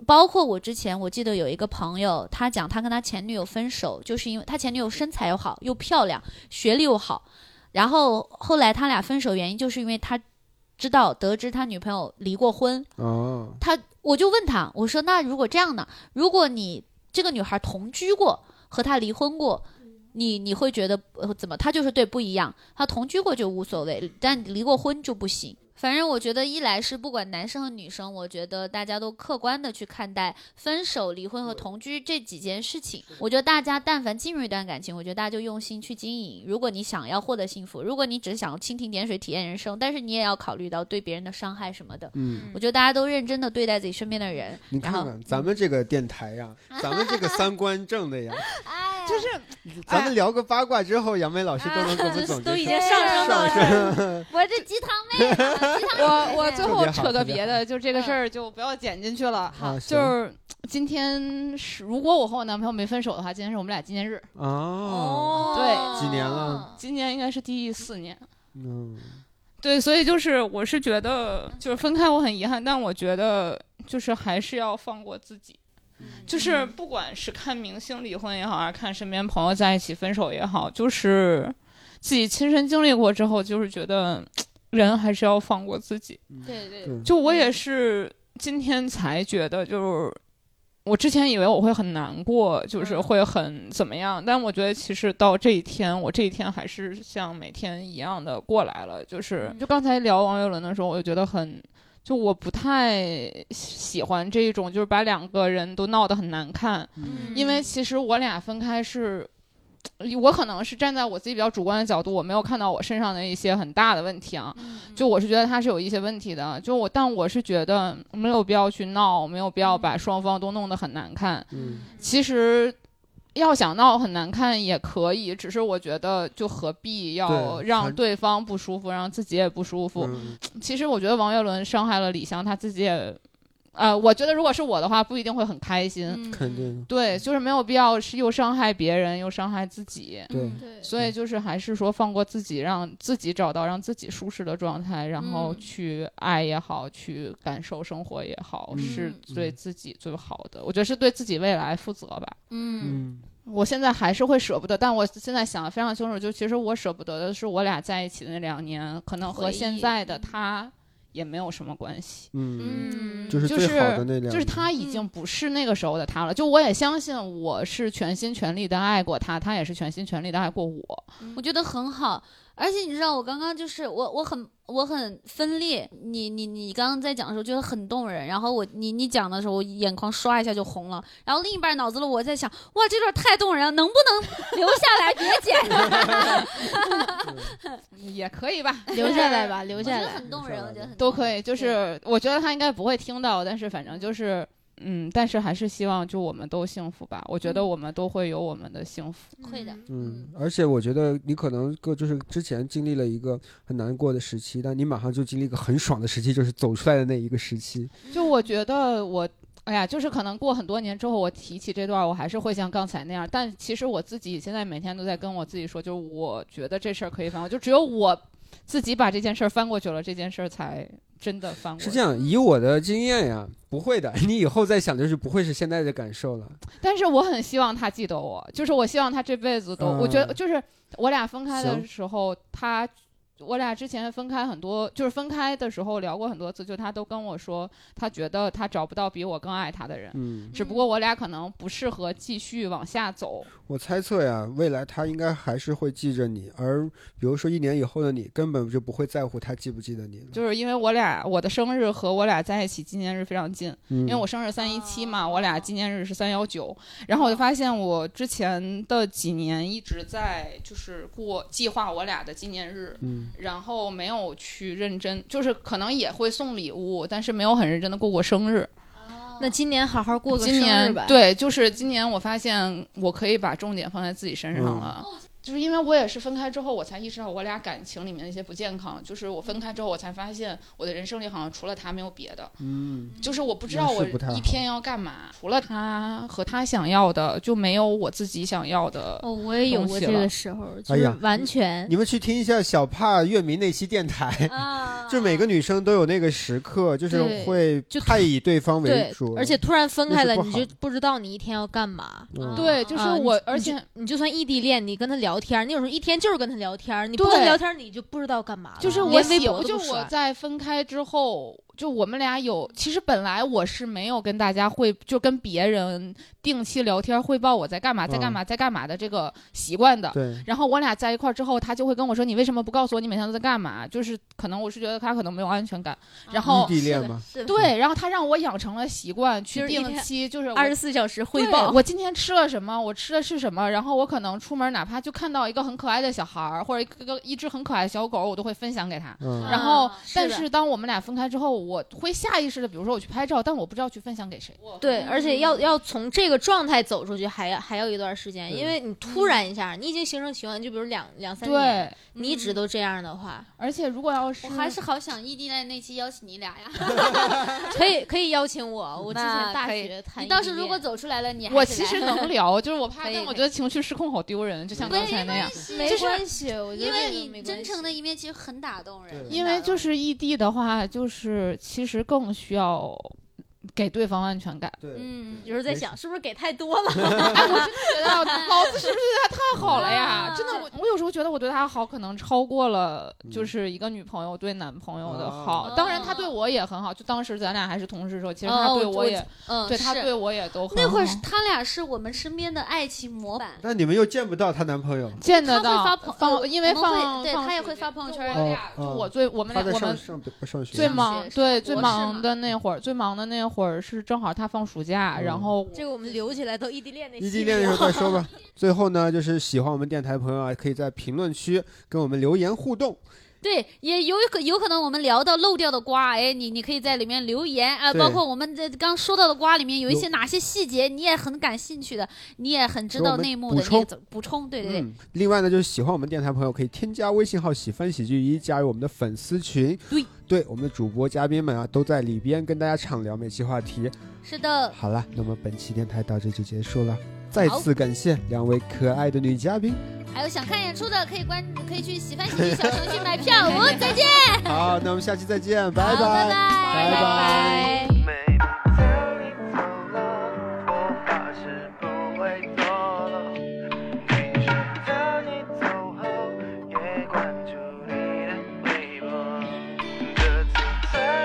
[SPEAKER 2] 包括我之前，我记得有一个朋友，他讲他跟他前女友分手，就是因为他前女友身材又好，又漂亮，学历又好，然后后来他俩分手原因就是因为他知道得知他女朋友离过婚，
[SPEAKER 1] 哦，
[SPEAKER 2] 他我就问他，我说那如果这样呢？如果你这个女孩同居过，和他离婚过。你你会觉得呃怎么？他就是对不一样，他同居过就无所谓，但离过婚就不行。反正我觉得，一来是不管男生和女生，我觉得大家都客观的去看待分手、离婚和同居这几件事情。我觉得大家但凡进入一段感情，我觉得大家就用心去经营。如果你想要获得幸福，如果你只是想要蜻蜓点水体验人生，但是你也要考虑到对别人的伤害什么的。
[SPEAKER 1] 嗯，
[SPEAKER 2] 我觉得大家都认真的对待自己身边的人，
[SPEAKER 1] 你
[SPEAKER 2] 然
[SPEAKER 1] 看
[SPEAKER 2] 后
[SPEAKER 1] 看咱们这个电台呀，咱们这个三观正的呀，
[SPEAKER 3] 就是
[SPEAKER 1] 咱们聊个八卦之后，杨梅老师都能给我们总
[SPEAKER 4] 啊
[SPEAKER 5] 都已
[SPEAKER 1] 结
[SPEAKER 5] 经上升到这儿，
[SPEAKER 2] 我这鸡汤 妹啊，鸡汤妹
[SPEAKER 3] 我 我
[SPEAKER 2] 妹
[SPEAKER 3] 最
[SPEAKER 1] 特
[SPEAKER 3] 后
[SPEAKER 1] 别好
[SPEAKER 3] 扯个
[SPEAKER 1] 特别
[SPEAKER 3] 别的，就这个
[SPEAKER 2] 嗯
[SPEAKER 3] 事儿就不要剪进去了。
[SPEAKER 1] 啊，
[SPEAKER 3] 就
[SPEAKER 1] 行
[SPEAKER 3] 是今天是，如果我和我男朋友没分手的话，今天是我们俩纪念日，
[SPEAKER 1] 哦，
[SPEAKER 3] 对
[SPEAKER 1] 几年了，
[SPEAKER 3] 今年应该是第四年。
[SPEAKER 1] 嗯，
[SPEAKER 3] 对，所以就是我是觉得，就是分开我很遗憾，但我觉得就是还是要放过自己。
[SPEAKER 1] 嗯
[SPEAKER 3] 就是不管是看明星离婚也好，还是看身边朋友在一起分手也好，就是自己亲身经历过之后，就是觉得人还是要放过自己。
[SPEAKER 2] 对对
[SPEAKER 1] 对，
[SPEAKER 3] 就我也是今天才觉得，就是我之前以为我会很难过，就是
[SPEAKER 2] 嗯
[SPEAKER 3] 会很怎么样，但我觉得其实到这一天，我这一天还是像每天一样的过来了。就是
[SPEAKER 2] 嗯
[SPEAKER 3] 就刚才聊王岳伦的时候，我就觉得很。就我不太喜欢这一种，就是把两个人都闹得很难看，
[SPEAKER 1] 嗯
[SPEAKER 3] 因为其实我俩分开是，呃我可能是站在我自己比较主观的角度，我没有看到我身上的一些很大的问题啊，就我是觉得他是有一些问题的，就我，但我是觉得没有必要去闹，没有必要把双方都弄得很难看。
[SPEAKER 1] 嗯，
[SPEAKER 3] 其实要想闹很难看也可以，只是我觉得就何必要
[SPEAKER 1] 对
[SPEAKER 3] 让
[SPEAKER 1] 反
[SPEAKER 3] 对方不舒服，让自己也不舒服。
[SPEAKER 1] 嗯
[SPEAKER 3] 其实我觉得王岳伦伤害了李湘，他自己也，呃，我觉得如果是我的话，不一定会很开心。
[SPEAKER 1] 肯定，
[SPEAKER 3] 对，就是没有必要是又伤害别人又伤害自己。
[SPEAKER 1] 对，
[SPEAKER 4] 嗯
[SPEAKER 5] 对
[SPEAKER 3] 所
[SPEAKER 2] 嗯
[SPEAKER 3] 以就是还是说放过自己，让自己找到让自己舒适的状态，然后
[SPEAKER 2] 嗯
[SPEAKER 3] 去爱也好，去感受生活也好，
[SPEAKER 1] 嗯
[SPEAKER 3] 是
[SPEAKER 2] 嗯
[SPEAKER 3] 对自己最好的。我觉得是对自己未来负责吧。
[SPEAKER 2] 嗯
[SPEAKER 1] 嗯，
[SPEAKER 3] 我现在还是会舍不得，但我现在想的非常清楚，就其实我舍不得的是我俩在一起的那两年，可能和
[SPEAKER 2] 回忆
[SPEAKER 3] 现在的他也没有什么关系。
[SPEAKER 1] 嗯，
[SPEAKER 2] 嗯，
[SPEAKER 1] 就是
[SPEAKER 3] 就
[SPEAKER 1] 最好
[SPEAKER 3] 是
[SPEAKER 1] 的那两，
[SPEAKER 3] 就是，他已经
[SPEAKER 2] 嗯
[SPEAKER 3] 不是那个时候的他了，就我也相信我是全心全力的爱过他，他也是全心全力的爱过我。
[SPEAKER 2] 我觉得很好。而且你知道，我刚刚就是我，我很我很分裂。你你你刚刚在讲的时候觉得很动人，然后我你你讲的时候，我眼眶刷一下就红了。然后另一半脑子里我在想，哇，这段太动人了，能不能留下来？别剪，
[SPEAKER 3] 嗯也可以吧，
[SPEAKER 5] 留下来吧，留
[SPEAKER 2] 我觉
[SPEAKER 5] 下
[SPEAKER 2] 得
[SPEAKER 5] 来。
[SPEAKER 2] 很动人，我觉得很
[SPEAKER 3] 都
[SPEAKER 2] 以。
[SPEAKER 3] 可以，就是我觉得他应该不会听到，但是反正就是，嗯，但是还是希望就我们都幸福吧。我觉得
[SPEAKER 2] 嗯
[SPEAKER 3] 我们都会有我们的幸福。
[SPEAKER 2] 会的，
[SPEAKER 1] 嗯，而且我觉得你可能个就是之前经历了一个很难过的时期，但你马上就经历一个很爽的时期，就是走出来的那一个时期，
[SPEAKER 3] 就我觉得我哎呀，就是可能过很多年之后，我提起这段，我还是会像刚才那样。但其实我自己现在每天都在跟我自己说，就是我觉得这事儿可以翻过，就只有我自己把这件事儿翻过去了，这件事儿才真的翻过去。
[SPEAKER 1] 是这样，以我的经验呀，不会的， 你以后再想就是不会是现在的感受了。
[SPEAKER 3] 但是我很希望他记得我，就是我希望他这辈子都，
[SPEAKER 1] 嗯
[SPEAKER 3] 我觉得就是我俩分开的
[SPEAKER 1] 行
[SPEAKER 3] 时候，他我俩之前分开很多，就是分开的时候聊过很多次，就他都跟我说，他觉得他找不到比我更爱他的人，
[SPEAKER 1] 嗯，
[SPEAKER 3] 只不过我俩可能不适合继续往下走。
[SPEAKER 1] 我猜测呀，未来他应该还是会记着你，而比如说一年以后的你，根本就不会在乎他记不记得你了。
[SPEAKER 3] 就是因为我俩我的生日和我俩在一起纪念日非常近，
[SPEAKER 1] 因
[SPEAKER 3] 因为我生日三一七嘛，我俩纪念日是三幺九，然后我就发现我之前的几年一直在就是过计划我俩的纪念日，
[SPEAKER 1] 嗯，
[SPEAKER 3] 然后没有去认真，就是可能也会送礼物，但是没有很认真的过过生日。
[SPEAKER 4] 那今年好好过个
[SPEAKER 3] 今
[SPEAKER 4] 生日
[SPEAKER 3] 年
[SPEAKER 4] 吧。
[SPEAKER 3] 对，就是今年我发现我可以把重点放在自己身
[SPEAKER 1] 嗯
[SPEAKER 3] 上了。哦就是因为我也是分开之后，我才意识到我俩感情里面的一些不健康。就是我分开之后，我才发现我的人生里好像除了他没有别的。
[SPEAKER 1] 嗯，
[SPEAKER 3] 就是我不知道
[SPEAKER 1] 那是
[SPEAKER 3] 我
[SPEAKER 1] 不太好
[SPEAKER 3] 一天要干嘛，除了他和他想要的，就没有我自己想要的。
[SPEAKER 5] 哦，我也有过这个时候，就
[SPEAKER 1] 哎
[SPEAKER 5] 是
[SPEAKER 1] 呀
[SPEAKER 5] 完全。
[SPEAKER 1] 你们去听一下小帕乐迷那期电 台，
[SPEAKER 2] 啊，
[SPEAKER 1] 就每个女生都有那个时刻，就是
[SPEAKER 4] 对
[SPEAKER 1] 会
[SPEAKER 4] 就
[SPEAKER 1] 太以对方为
[SPEAKER 4] 对
[SPEAKER 1] 主，，
[SPEAKER 4] 而且突然分
[SPEAKER 1] 那
[SPEAKER 4] 开
[SPEAKER 1] 是
[SPEAKER 4] 了，
[SPEAKER 1] 不
[SPEAKER 4] 你
[SPEAKER 1] 好
[SPEAKER 4] 就不知道你一天要干嘛。
[SPEAKER 1] 嗯
[SPEAKER 3] 对，就是
[SPEAKER 4] 啊
[SPEAKER 3] 我，
[SPEAKER 4] 你
[SPEAKER 3] 而且
[SPEAKER 4] 你就算异地恋，你跟他聊天，你有时候一天就是跟他聊天，你不
[SPEAKER 3] 对
[SPEAKER 4] 跟他聊天，你就不知道干嘛了。
[SPEAKER 3] 就是
[SPEAKER 4] 连
[SPEAKER 3] 我
[SPEAKER 4] 微
[SPEAKER 3] 喜，
[SPEAKER 4] 博都
[SPEAKER 3] 就
[SPEAKER 4] 不
[SPEAKER 3] 我
[SPEAKER 4] 刷
[SPEAKER 3] 在分开之后，就我们俩有，其实本来我是没有跟大家汇，就跟别人定期聊天汇报我在干嘛，在
[SPEAKER 4] 嗯
[SPEAKER 3] 干嘛，在干嘛的这个习惯的。
[SPEAKER 1] 对，
[SPEAKER 3] 然后我俩在一块儿之后，他就会跟我说：“你为什么不告诉我你每天都在干嘛？”就是可能我是觉得他可能没有安全感，
[SPEAKER 4] 啊
[SPEAKER 3] 然后
[SPEAKER 1] 异地恋嘛，
[SPEAKER 5] 是的
[SPEAKER 3] 对，然后他让我养成了习惯
[SPEAKER 4] 嗯就
[SPEAKER 3] 去
[SPEAKER 4] 是一
[SPEAKER 3] 定
[SPEAKER 4] 天
[SPEAKER 3] 期，就是我
[SPEAKER 4] 二十四小时汇
[SPEAKER 3] 对
[SPEAKER 4] 报。
[SPEAKER 3] 我今天吃了什么，我吃的是什么，然后我可能出门哪怕就看到一个很可爱的小孩儿或者一个一只很可爱的小狗，我都会分享给他。
[SPEAKER 1] 嗯，
[SPEAKER 3] 然后
[SPEAKER 2] 啊，
[SPEAKER 3] 但
[SPEAKER 4] 是的
[SPEAKER 3] 是当我们俩分开之后，我会下意识的，比如说我去拍照，但我不知道去分享给谁。
[SPEAKER 4] 对，而且要
[SPEAKER 2] 嗯
[SPEAKER 4] 要从这个状态走出去还，要还要一段时间，
[SPEAKER 1] 对
[SPEAKER 4] 因为你突然一下，你已经形成习惯，就比如两两三年，
[SPEAKER 3] 对，
[SPEAKER 4] 你一直都这样的话，
[SPEAKER 3] 而且如果要是
[SPEAKER 2] 我还是好想异地恋那期邀请你俩呀。
[SPEAKER 4] 可以可以邀请我，我之前大
[SPEAKER 2] 可以
[SPEAKER 4] 学谈
[SPEAKER 2] 你
[SPEAKER 4] 异
[SPEAKER 2] 到
[SPEAKER 4] 地
[SPEAKER 2] 时候如
[SPEAKER 4] 恋
[SPEAKER 2] 果走出来了，你还
[SPEAKER 3] 我
[SPEAKER 2] 是
[SPEAKER 3] 其
[SPEAKER 2] 来
[SPEAKER 3] 实能聊，就是我怕，
[SPEAKER 4] 可以
[SPEAKER 3] 但我
[SPEAKER 4] 可以
[SPEAKER 3] 觉得情绪失控好丢人，就像刚才那样。
[SPEAKER 5] 没
[SPEAKER 3] 就是
[SPEAKER 5] 关系，我觉得
[SPEAKER 2] 因为
[SPEAKER 5] 这个没
[SPEAKER 2] 你
[SPEAKER 5] 关
[SPEAKER 2] 真诚的
[SPEAKER 5] 系
[SPEAKER 2] 一面其实很打动人嗯
[SPEAKER 1] 对，
[SPEAKER 2] 很
[SPEAKER 3] 因
[SPEAKER 2] 打
[SPEAKER 3] 为
[SPEAKER 2] 动
[SPEAKER 3] 就
[SPEAKER 2] 人
[SPEAKER 3] 是异地的话，就是其实更需要给对方安全感。
[SPEAKER 1] 对，
[SPEAKER 2] 嗯，
[SPEAKER 4] 有时候在
[SPEAKER 1] 没
[SPEAKER 4] 想是不是给太多了，
[SPEAKER 3] 哎，我真的觉得老子是不是对他太好了呀？真的，我我有时候觉得我对他好，可能超过了就是一个女朋友对男朋友的好。
[SPEAKER 2] 哦
[SPEAKER 3] 当然，他对我也很好，就当时咱俩还是同事的时候，其实他
[SPEAKER 2] 哦
[SPEAKER 3] 对
[SPEAKER 2] 我
[SPEAKER 3] 我也，
[SPEAKER 2] 嗯，
[SPEAKER 3] 对他
[SPEAKER 2] 是
[SPEAKER 3] 对我也都很好。啊
[SPEAKER 2] 那会儿是他俩是我们身边的爱情模板，
[SPEAKER 1] 但你们又见不到她男朋友，
[SPEAKER 3] 见
[SPEAKER 2] 他
[SPEAKER 3] 得
[SPEAKER 2] 会
[SPEAKER 3] 到
[SPEAKER 2] 发朋
[SPEAKER 3] 放
[SPEAKER 2] 呃
[SPEAKER 3] 因为
[SPEAKER 2] 我们会
[SPEAKER 3] 放
[SPEAKER 2] 对
[SPEAKER 3] 放
[SPEAKER 2] 他也
[SPEAKER 3] 手
[SPEAKER 2] 会
[SPEAKER 3] 机
[SPEAKER 2] 发朋友
[SPEAKER 3] 就
[SPEAKER 2] 圈
[SPEAKER 3] 我
[SPEAKER 1] 儿
[SPEAKER 3] 俩就
[SPEAKER 1] 哦
[SPEAKER 3] 我最我们
[SPEAKER 1] 她在
[SPEAKER 3] 俩我
[SPEAKER 1] 上
[SPEAKER 3] 们
[SPEAKER 1] 上上学，
[SPEAKER 3] 最
[SPEAKER 2] 学
[SPEAKER 3] 忙
[SPEAKER 2] 是
[SPEAKER 3] 对最
[SPEAKER 2] 博士
[SPEAKER 3] 忙
[SPEAKER 2] 嘛
[SPEAKER 3] 的那会儿最忙的那会儿是正好他放暑假，然
[SPEAKER 1] 嗯
[SPEAKER 3] 后
[SPEAKER 4] 这个我们留起来都异地恋那
[SPEAKER 1] 异
[SPEAKER 4] 期
[SPEAKER 1] 地恋的时
[SPEAKER 4] 聊
[SPEAKER 1] 候再说 吧。最后呢，就是喜欢我们电台的朋友啊，可以在评论区跟我们留言互动。
[SPEAKER 2] 对，也有可有可能我们聊到漏掉的瓜，哎，你你可以在里面留言啊，
[SPEAKER 1] 对
[SPEAKER 2] 包括我们这刚说到的瓜里面有一
[SPEAKER 1] 有
[SPEAKER 2] 些哪些细节你也很感兴趣的，你也很知
[SPEAKER 1] 给我
[SPEAKER 2] 道
[SPEAKER 1] 们
[SPEAKER 2] 内幕
[SPEAKER 1] 补
[SPEAKER 2] 的，你
[SPEAKER 1] 充
[SPEAKER 2] 也怎补充，对对对，
[SPEAKER 1] 嗯，另外呢，就是喜欢我们电台朋友可以添加微信号“喜欢喜剧一”，加入我们的粉丝群。
[SPEAKER 2] 对，
[SPEAKER 1] 对，我们的主播嘉宾们啊，都在里边跟大家畅聊每期话题。
[SPEAKER 2] 是的，
[SPEAKER 1] 好了，那么本期电台到这就结束了。再
[SPEAKER 2] 好
[SPEAKER 1] 次感谢两位可爱的女 嘉宾。
[SPEAKER 2] 还有想看演出的可以关，可以去喜欢喜剧小程序买票，我们再见，
[SPEAKER 1] 好，那我们下期再见，
[SPEAKER 2] 好，拜
[SPEAKER 1] 拜拜
[SPEAKER 2] 拜。
[SPEAKER 6] Maybe 早已走了，我怕是不会错了。你说在你走后也关注你的微博，这次真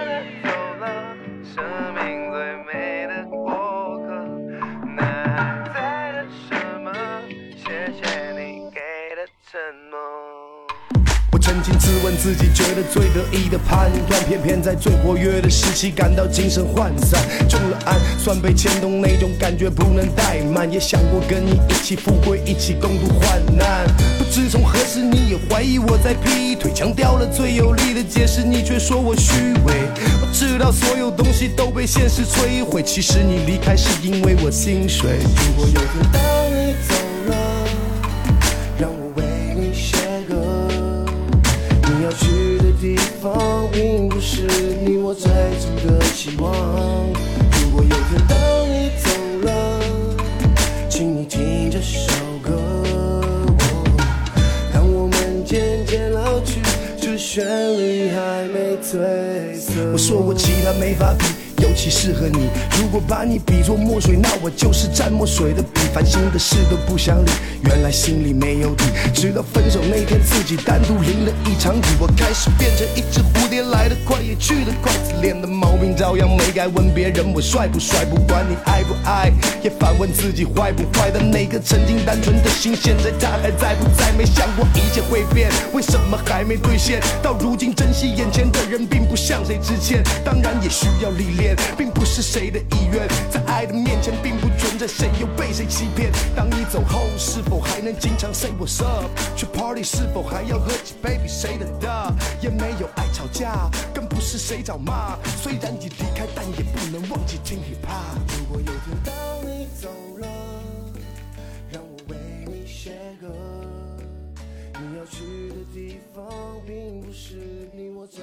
[SPEAKER 6] 的走了，生命最美的过客。那还在等什么？谢谢你给的承诺。
[SPEAKER 7] 我曾经自问自己，觉得最得意的判断，偏偏在最活跃的时期感到精神涣散。中了暗算被牵动，那种感觉不能怠慢。也想过跟你一起富贵，一起共度患难。不知从何时，你也怀疑我在劈腿，强调了最有力的解释，你却说我虚伪。我知道所有东西都被现实摧毁，其实你离开是因为我心碎。如果有天当你走了。让我为你写歌。你要去的地方，并不是你我最初的希望。如果有天当你还没褪色。我说过其他没法比。尤其适合你。如果把你比作墨水，那我就是蘸墨水的笔。烦心的事都不想理，原来心里没有底。直到分手那天，自己单独淋了一场雨，我开始变成一只蝴蝶，来得快也去得快。自恋的毛病照样没改，问别人我帅不帅，不管你爱不爱，也反问自己坏不坏。但那个曾经单纯的心，现在它还在不在？没想过一切会变，为什么还没兑现？到如今珍惜眼前的人，并不像谁之前，当然也需要历练，并不是谁的意愿，在爱的面前，并不存在谁又被谁欺骗。当你走后，是否还能经常 say what's up？去 party 是否还要喝几杯比谁的大？也没有爱吵架，更不是谁找骂。虽然已离开，但也不能忘记听 hip hop。如果有天当你走了，让我为你写歌。你要去的地方，并不是你我最。